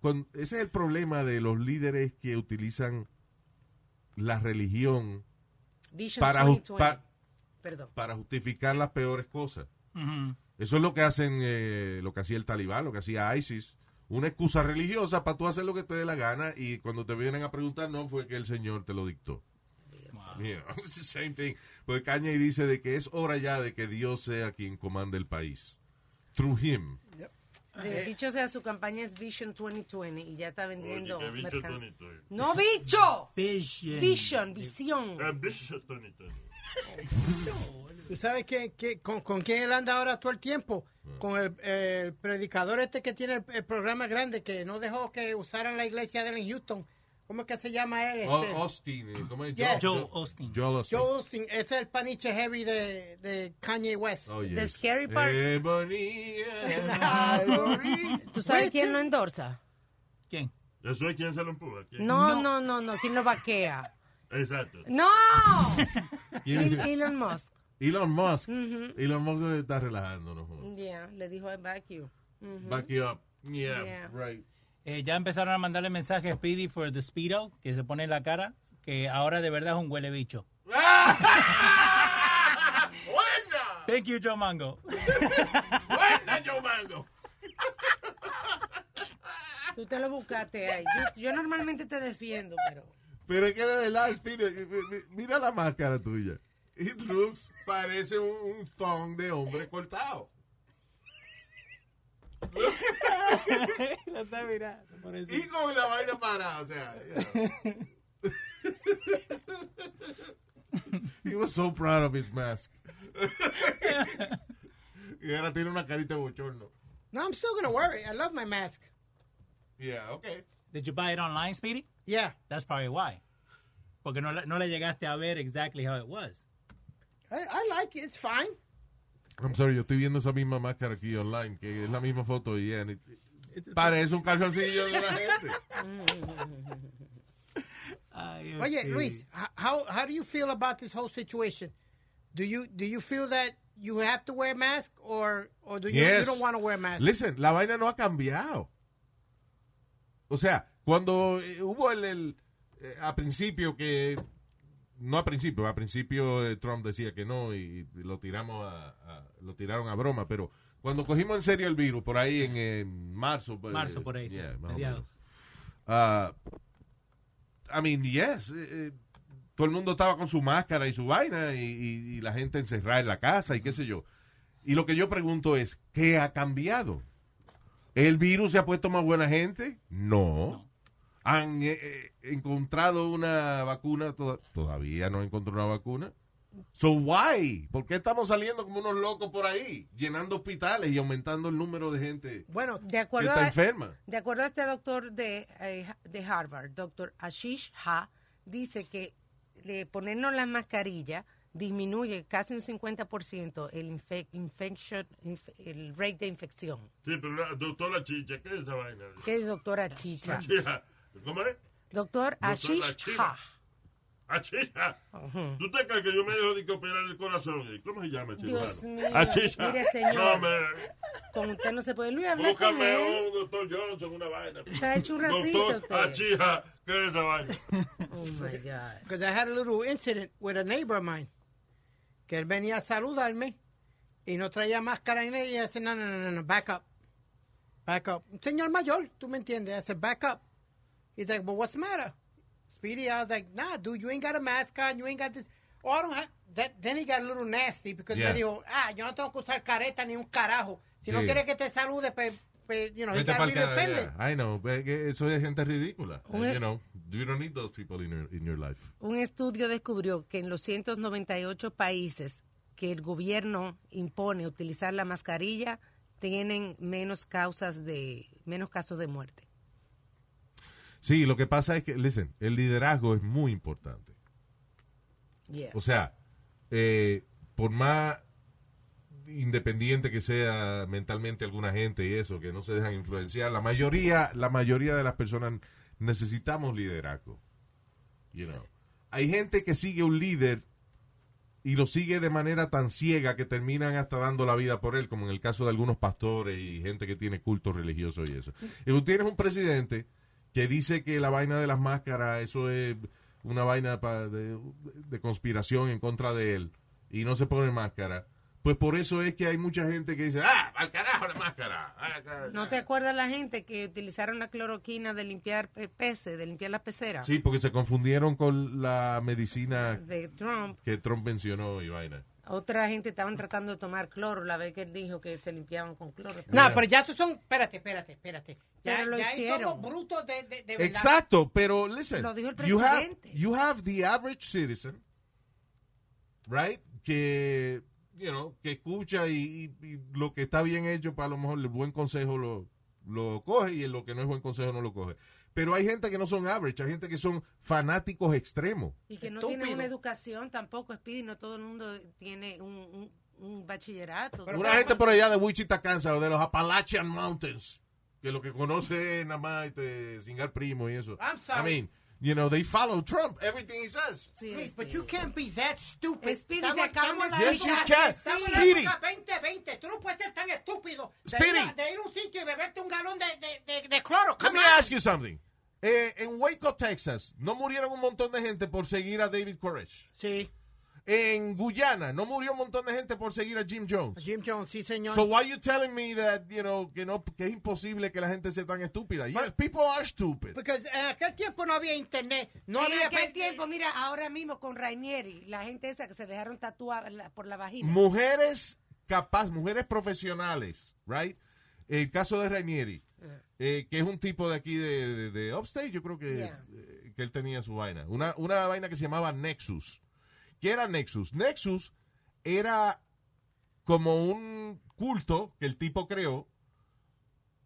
S2: cuan- ese es el problema de los líderes que utilizan la religión
S5: Vision
S2: para, ju-
S5: 2020.
S2: pa-
S5: Perdón.
S2: para justificar las peores cosas.
S7: Ujú.
S2: Eso es lo que hacen, eh, lo que hacía el talibán, lo que hacía ISIS. Una excusa religiosa para tú hacer lo que te dé la gana y cuando te vienen a preguntar, no, fue que el Señor te lo dictó. Mira, it's the same thing. Porque Caña y dice de que es hora ya de que Dios sea quien comande el país. Through him.
S5: De- dicho sea, su campaña es Vision 2020 y ya está vendiendo.
S8: Oye, qué bicho
S5: mercancía.
S8: Tony Tony.
S5: ¡No, bicho!
S7: Vision.
S5: Vision, visión.
S1: Eh,
S8: Ah, bicho Tony Tony.
S6: ¿Tú sabes que, con, con quién él anda ahora todo el tiempo?
S2: Mm.
S6: Con el, el predicador este que tiene el, el programa grande que no dejó que usaran la iglesia de él en Houston. ¿Cómo es que se llama él?
S2: O-
S6: Este,
S2: Austin, eh, ¿cómo es?
S6: Yeah.
S2: Joel-
S7: Joel Austin.
S2: Joel Austin.
S6: Joe Austin. Ese es el paniche heavy de, de Kanye West.
S2: Oh, Eh,
S5: The scary part-
S2: Ebony and Ivory.
S5: ¿Tú sabes
S6: Bicho.
S5: quién lo endorsa?
S7: ¿Quién?
S8: Eso es quien se lo empuja. ¿quién?
S5: No, no, no, no. ¿Quién lo vaquea?
S8: Exacto.
S5: ¡No!
S2: ¿Quién?
S5: Elon Musk.
S2: Elon Musk.
S5: Mm-hmm.
S2: Elon Musk se está relajando, no jodas.
S5: Yeah, le dijo, I back you. Mm.
S2: Back you up. Yeah,
S5: Yeah.
S2: right.
S7: Eh, ya empezaron a mandarle mensajes a Speedy for the Speedo, que se pone en la cara, que ahora de verdad es un huele bicho. Thank you, Joe Mango.
S2: Buena, Joe Mango.
S5: Tú te lo buscaste ahí. Yo, yo normalmente te defiendo, pero...
S2: Pero es que de verdad, Spiro, mi- mi- mira la máscara tuya. It looks, parece un, un thong de hombre cortado.
S7: Lo está mirando, por eso.
S2: Y con la vaina parada, o sea. yeah. He was so proud of his mask. y ahora tiene una carita de bochorno.
S6: No, I'm still gonna wear it. I love my mask.
S2: Yeah, okay.
S7: Did you buy it online, Speedy?
S6: Yeah.
S7: That's probably why. Porque no, le- no le llegaste a ver exactly how it was.
S6: I, I like it. It's fine.
S2: I'm sorry, yo estoy viendo esa misma máscara aquí online, que es la misma foto. y and it- parece un calzoncillo de la gente.
S7: Ay,
S2: Mm,
S6: Oye,
S7: Speedy.
S6: Luis, h- how how do you feel about this whole situation? Do you do you feel that you have to wear a mask or or do you, you
S2: Yes.
S6: don't want to wear a mask?
S2: Listen, la vaina no ha cambiado. O sea, cuando eh, hubo el, el, eh, a principio que no a principio, a principio eh, Trump decía que no y, y lo tiramos a, a- lo tiraron a broma, pero cuando cogimos en serio el virus por ahí en, eh, marzo, pues,
S7: Marzo, por ahí, sí,
S2: yeah, más o
S7: mediados.
S2: menos. Ah, I mean, yes, eh, eh, todo el mundo estaba con su máscara y su vaina y, y- y la gente encerrada en la casa y qué sé yo. Y lo que yo pregunto es, ¿qué ha cambiado? ¿El virus se ha puesto más buena gente? No. ¿Han eh, eh, encontrado una vacuna? Toda- Todavía no han encontrado una vacuna. So why? ¿Por qué estamos saliendo como unos locos por ahí, llenando hospitales y aumentando el número de gente
S6: Bueno,
S5: De
S2: que
S5: acuerdo,
S2: está
S5: a,
S2: enferma?
S5: de acuerdo a este doctor de, eh, de Harvard, doctor Ashish Ha, dice que de ponernos las mascarillas disminuye casi un 50% el, infec- infection, inf- el rate de infección.
S8: Sí, pero la, doctora Chicha, ¿qué es esa vaina?
S5: ¿Qué es doctora Chicha?
S8: Chicha. ¿Cómo es?
S5: Doctor Ashish
S8: Chicha.
S5: Ha.
S8: Achicha. ¿Tú te crees que yo me dejo de que operar el corazón? ¿Y ¿Cómo se llama, cirujano?
S5: Dios mío.
S8: Achicha.
S5: Mire, señor.
S8: No, me...
S5: Con usted no se puede. Luis, habla con
S8: Búscame
S5: él.
S8: un doctor Johnson, una vaina.
S5: Está hecho un racista usted.
S8: Doctor Achicha, ¿qué es esa vaina?
S5: Oh, my God.
S6: because I had a little incident with a neighbor of mine. Que él venía a saludarme y no traía máscara ni nada. Y yo said, no, no, no, no, no, back up. Back up. Un señor mayor, tú me entiendes. I said, back up. He's like, well, what's the matter? Speedy, I was like, nah, dude, you ain't got a mask on. You ain't got this. Oh, I don't have. That, then he got a little nasty because
S2: Yeah.
S6: me dijo, ah, yo no tengo que usar careta ni un carajo. Si no
S2: Sí.
S6: quieres que te salude, pues, pues you know, he
S2: Vete
S6: got
S2: pa'l
S6: really
S2: carajo,
S6: offended.
S2: yeah. I know, but que eso es gente ridícula. And,
S5: Una-
S2: you know, you don't need those people in your, in your life.
S5: Un estudio descubrió que en los 198 países que el gobierno impone utilizar la mascarilla tienen menos causas de menos casos de muerte.
S2: Sí, lo que pasa es que, listen, el liderazgo es muy importante.
S5: Yeah.
S2: O sea, eh, por más independiente que sea mentalmente alguna gente y eso, que no se dejan influenciar, la mayoría, la mayoría de las personas necesitamos liderazgo. You know. Hay gente que sigue un líder y lo sigue de manera tan ciega que terminan hasta dando la vida por él, como en el caso de algunos pastores y gente que tiene cultos religiosos y eso. Y tú tienes un presidente que dice que la vaina de las máscaras, eso es una vaina pa- de, de conspiración en contra de él. Y y no se pone máscara, pues por eso es que hay mucha gente que dice, ah, al carajo la máscara. ah, ca-
S5: ¿No te acuerdas la gente que utilizaron la cloroquina de limpiar eh, peces, de limpiar las peceras?
S2: Sí, porque se confundieron con la medicina
S5: De Trump.
S2: que Trump mencionó y vaina.
S5: Otra gente estaban tratando de tomar cloro la vez que él dijo que se limpiaban con cloro.
S6: No, pero ya estos son. Espérate, espérate, espérate. Ya,
S5: Pero lo
S6: ya
S5: hicieron.
S6: somos brutos de, de, de verdad.
S2: Exacto, pero listen.
S5: Lo dijo el
S2: you have,
S5: presidente.
S2: you have the average citizen, right? Que, you know, que escucha y, y- y lo que está bien hecho, para lo mejor el buen consejo lo, lo coge y lo que no es buen consejo no lo coge. Pero hay gente que no son average, hay gente que son fanáticos extremos.
S5: Y que no
S6: Estúpido.
S5: tienen una educación tampoco, Speedy, no todo el mundo tiene un, un- un bachillerato.
S2: Una gente por allá de Wichita, Kansas, o de los Appalachian Mountains, que lo que conoce es nada más este, singar primo y eso.
S6: I'm sorry.
S2: I mean, you know, they follow Trump, everything he says.
S5: Sí,
S6: Luis, but
S5: este,
S6: you can't be that stupid.
S5: Speedy, te
S6: Estamos-
S5: acaban de
S6: estamos en la
S2: Yes, you
S6: época-
S2: can.
S6: Estamos en
S2: Speedy.
S6: la época 2020. Tú no puedes ser tan estúpido de
S2: Speedy.
S6: ir, a, de ir a un sitio y beberte un galón de, de, de, de cloro.
S2: Let me
S6: Come on.
S2: ask you something. Eh, en Waco, Texas, no murieron un montón de gente por seguir a David Koresh.
S6: Sí,
S2: En Guyana, no murió un montón de gente por seguir a Jim Jones.
S6: Jim Jones, sí, señor.
S2: So why you telling me that, you know, que, no, que es imposible que la gente sea tan estúpida? Yes, people are stupid.
S6: Porque en aquel tiempo no había internet. No
S5: en
S6: había
S5: aquel tiempo, mira, ahora mismo con Rainieri, la gente esa que se dejaron tatuar la- por la vagina.
S2: Mujeres capaz, mujeres profesionales, right? El caso de Rainieri, eh, que es un tipo de aquí de, de- de Upstate, yo creo que,
S5: Yeah.
S2: eh, que él tenía su vaina. Una, una vaina que se llamaba Nexus. ¿Qué era Nexus? Nexus era como un culto que el tipo creó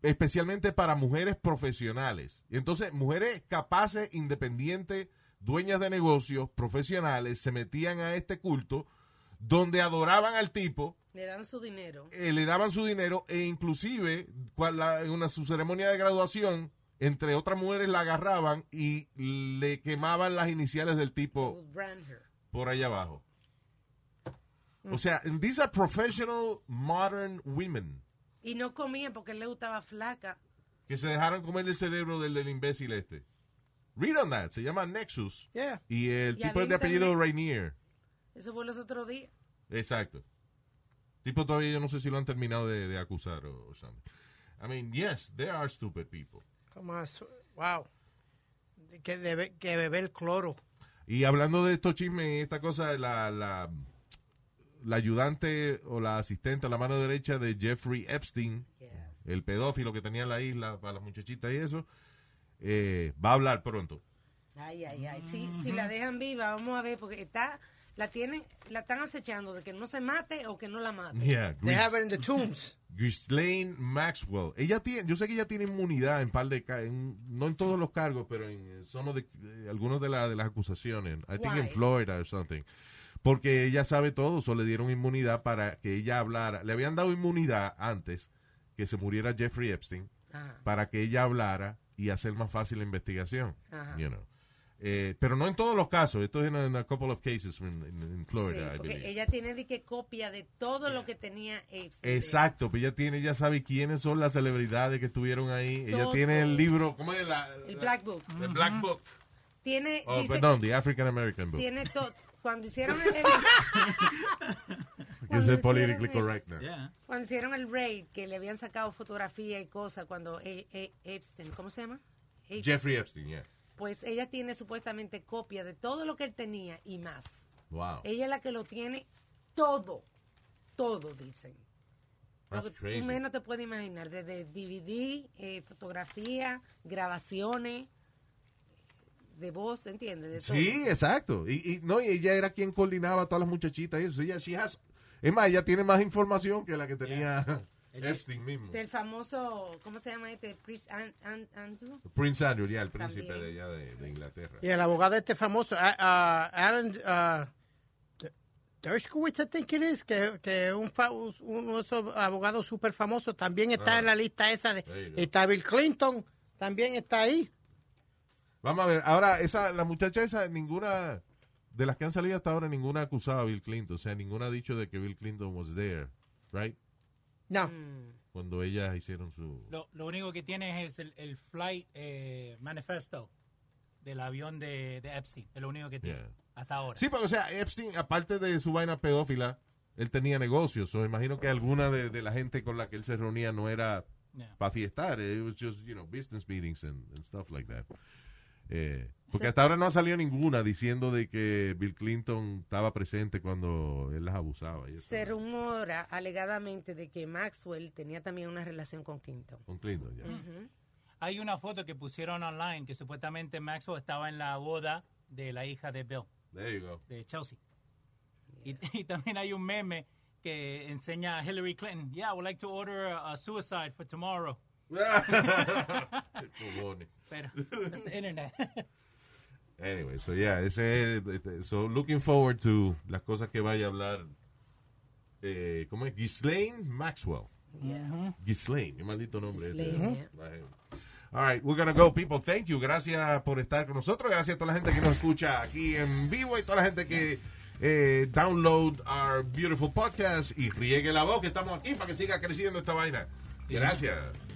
S2: especialmente para mujeres profesionales. Y entonces, mujeres capaces, independientes, dueñas de negocios, profesionales, se metían a este culto donde adoraban al tipo,
S5: Le dan su dinero.
S2: eh, le daban su dinero e inclusive cual la- en una, su ceremonia de graduación, entre otras mujeres la agarraban y le quemaban las iniciales del tipo
S5: Would brand her.
S2: por allá abajo. O sea, and these are professional modern women
S5: Y no comían porque él le gustaba flaca.
S2: que se dejaron comer el cerebro del, del imbécil este. Read on that. Se llama Nexus.
S6: Yeah.
S2: Y el
S5: Y
S2: tipo
S5: había
S2: es de apellido
S5: internet.
S2: Rainier.
S5: Eso fue los otros días.
S2: Exacto. Tipo todavía yo no sé si lo han terminado de, de acusar o, o something. I mean, yes, there are stupid people.
S6: Come on, so- wow. Que, debe, que beber cloro.
S2: Y hablando de estos chismes, y esta cosa, la, la, la ayudante o la asistente, la mano derecha de Jeffrey Epstein, el pedófilo que tenía en la isla para las muchachitas y eso, eh, va a hablar pronto.
S5: Ay, ay, ay. Si,
S2: Mm-hmm.
S5: si la dejan viva, vamos a ver, porque está, la tienen, la están acechando de que no se mate o que no la mate.
S2: Yeah,
S6: They
S2: Grease-
S6: have it in the tombs.
S2: Ghislaine Maxwell. Ella tiene, yo sé que ella tiene inmunidad en par de ca- en- no en todos los cargos, pero en eh, some of the- eh, algunos de, la- de las acusaciones. I think
S5: Why?
S2: en Florida or something. Porque ella sabe todo, o le dieron inmunidad para que ella hablara. Le habían dado inmunidad antes que se muriera Jeffrey Epstein
S5: Ajá.
S2: para que ella hablara y hacer más fácil la investigación.
S5: Ajá.
S2: you know. Eh, pero no en todos los casos. Esto es en a, en a couple of cases in, in- in Florida,
S5: Sí,
S2: I
S5: porque este
S2: believe.
S5: ella tiene de que copia de todo lo que tenía este, Epstein.
S2: Exacto, pues ella tiene, ya sabe quiénes son las celebridades que estuvieron ahí. Ella
S5: Todo.
S2: tiene el libro, ¿cómo es la?
S5: El
S2: la-
S5: Black Book.
S2: El Black Book.
S5: Tiene,
S2: Oh,
S5: dice,
S2: perdón, the African American Book.
S5: tiene todo. Cuando hicieron el, cuando
S2: Que es
S5: hicieron
S2: politically
S5: el-
S2: correct now.
S7: Yeah.
S5: cuando hicieron el raid, que le habían sacado fotografía y cosas, cuando E- E- Epstein, ¿cómo se llama? Epstein.
S2: Jeffrey Epstein, yeah.
S5: Pues ella tiene supuestamente copia de todo lo que él tenía y más.
S2: Wow.
S5: Ella es la que lo tiene todo, todo, dicen. Lo
S2: That's
S5: que tú
S2: crazy.
S5: menos te puedes imaginar, desde DVD, eh, fotografía, grabaciones de voz, ¿entiendes? De
S2: Sí, exacto. Y, y- no, y ella era quien coordinaba a todas las muchachitas y eso. Ella, she has- es más, ella tiene más información que la que tenía Epstein mismo.
S5: todo. Del famoso, ¿cómo se llama este? Prince An- An- Andrew.
S2: Prince Andrew, ya, el príncipe
S5: También.
S2: de allá de, de Inglaterra.
S6: Y el abogado este famoso, a- a- Alan uh, D- Dershowitz, I think it is, que, que un fa- uno de esos abogados súper famosos, también está en la lista esa. De,
S2: Ah. There you go.
S6: está Bill Clinton, también está ahí.
S2: Vamos a ver, ahora, esa, la muchacha esa, ninguna, de las que han salido hasta ahora, ninguna ha acusado a Bill Clinton. O sea, ninguna ha dicho de que Bill Clinton was there, right?
S6: No,
S2: Cuando ellas hicieron su...
S7: Lo, lo único que tiene es el, el flight eh, manifesto del avión de, de Epstein. Es lo único que tiene
S1: Yeah.
S7: hasta ahora.
S1: Sí, pero o sea, Epstein, aparte de su vaina pedófila, él tenía negocios. O imagino que alguna de, de la gente con la que él se reunía no era
S7: Yeah.
S1: para fiestar. eh, It was just, you know, business meetings and, and stuff like that. Eh, porque hasta ahora no ha salido ninguna diciendo de que Bill Clinton estaba presente cuando él las abusaba. y eso.
S5: Se rumora alegadamente de que Maxwell tenía también una relación con Clinton.
S1: Con Clinton, ya.
S7: Hay una foto que pusieron online que supuestamente Maxwell estaba en la boda de la hija de Bill,
S1: There you go.
S7: de Chelsea. Y, y también hay un meme que enseña a Hillary Clinton. Yeah, I would like to order a, a suicide for tomorrow.
S1: Qué cojones.
S7: Pero that's the internet.
S1: Anyway, so yeah, ese es, este, so looking forward to las cosas que vaya a hablar, eh, ¿cómo es? Ghislaine Maxwell. Ghislaine, qué maldito nombre ese.
S5: Ghislaine,
S1: Right. All right, we're gonna go, people. Thank you. Gracias por estar con nosotros. Gracias a toda la gente que nos escucha aquí en vivo y toda la gente que eh, download our beautiful podcast y riegue la voz que estamos aquí para que siga creciendo esta vaina. Gracias.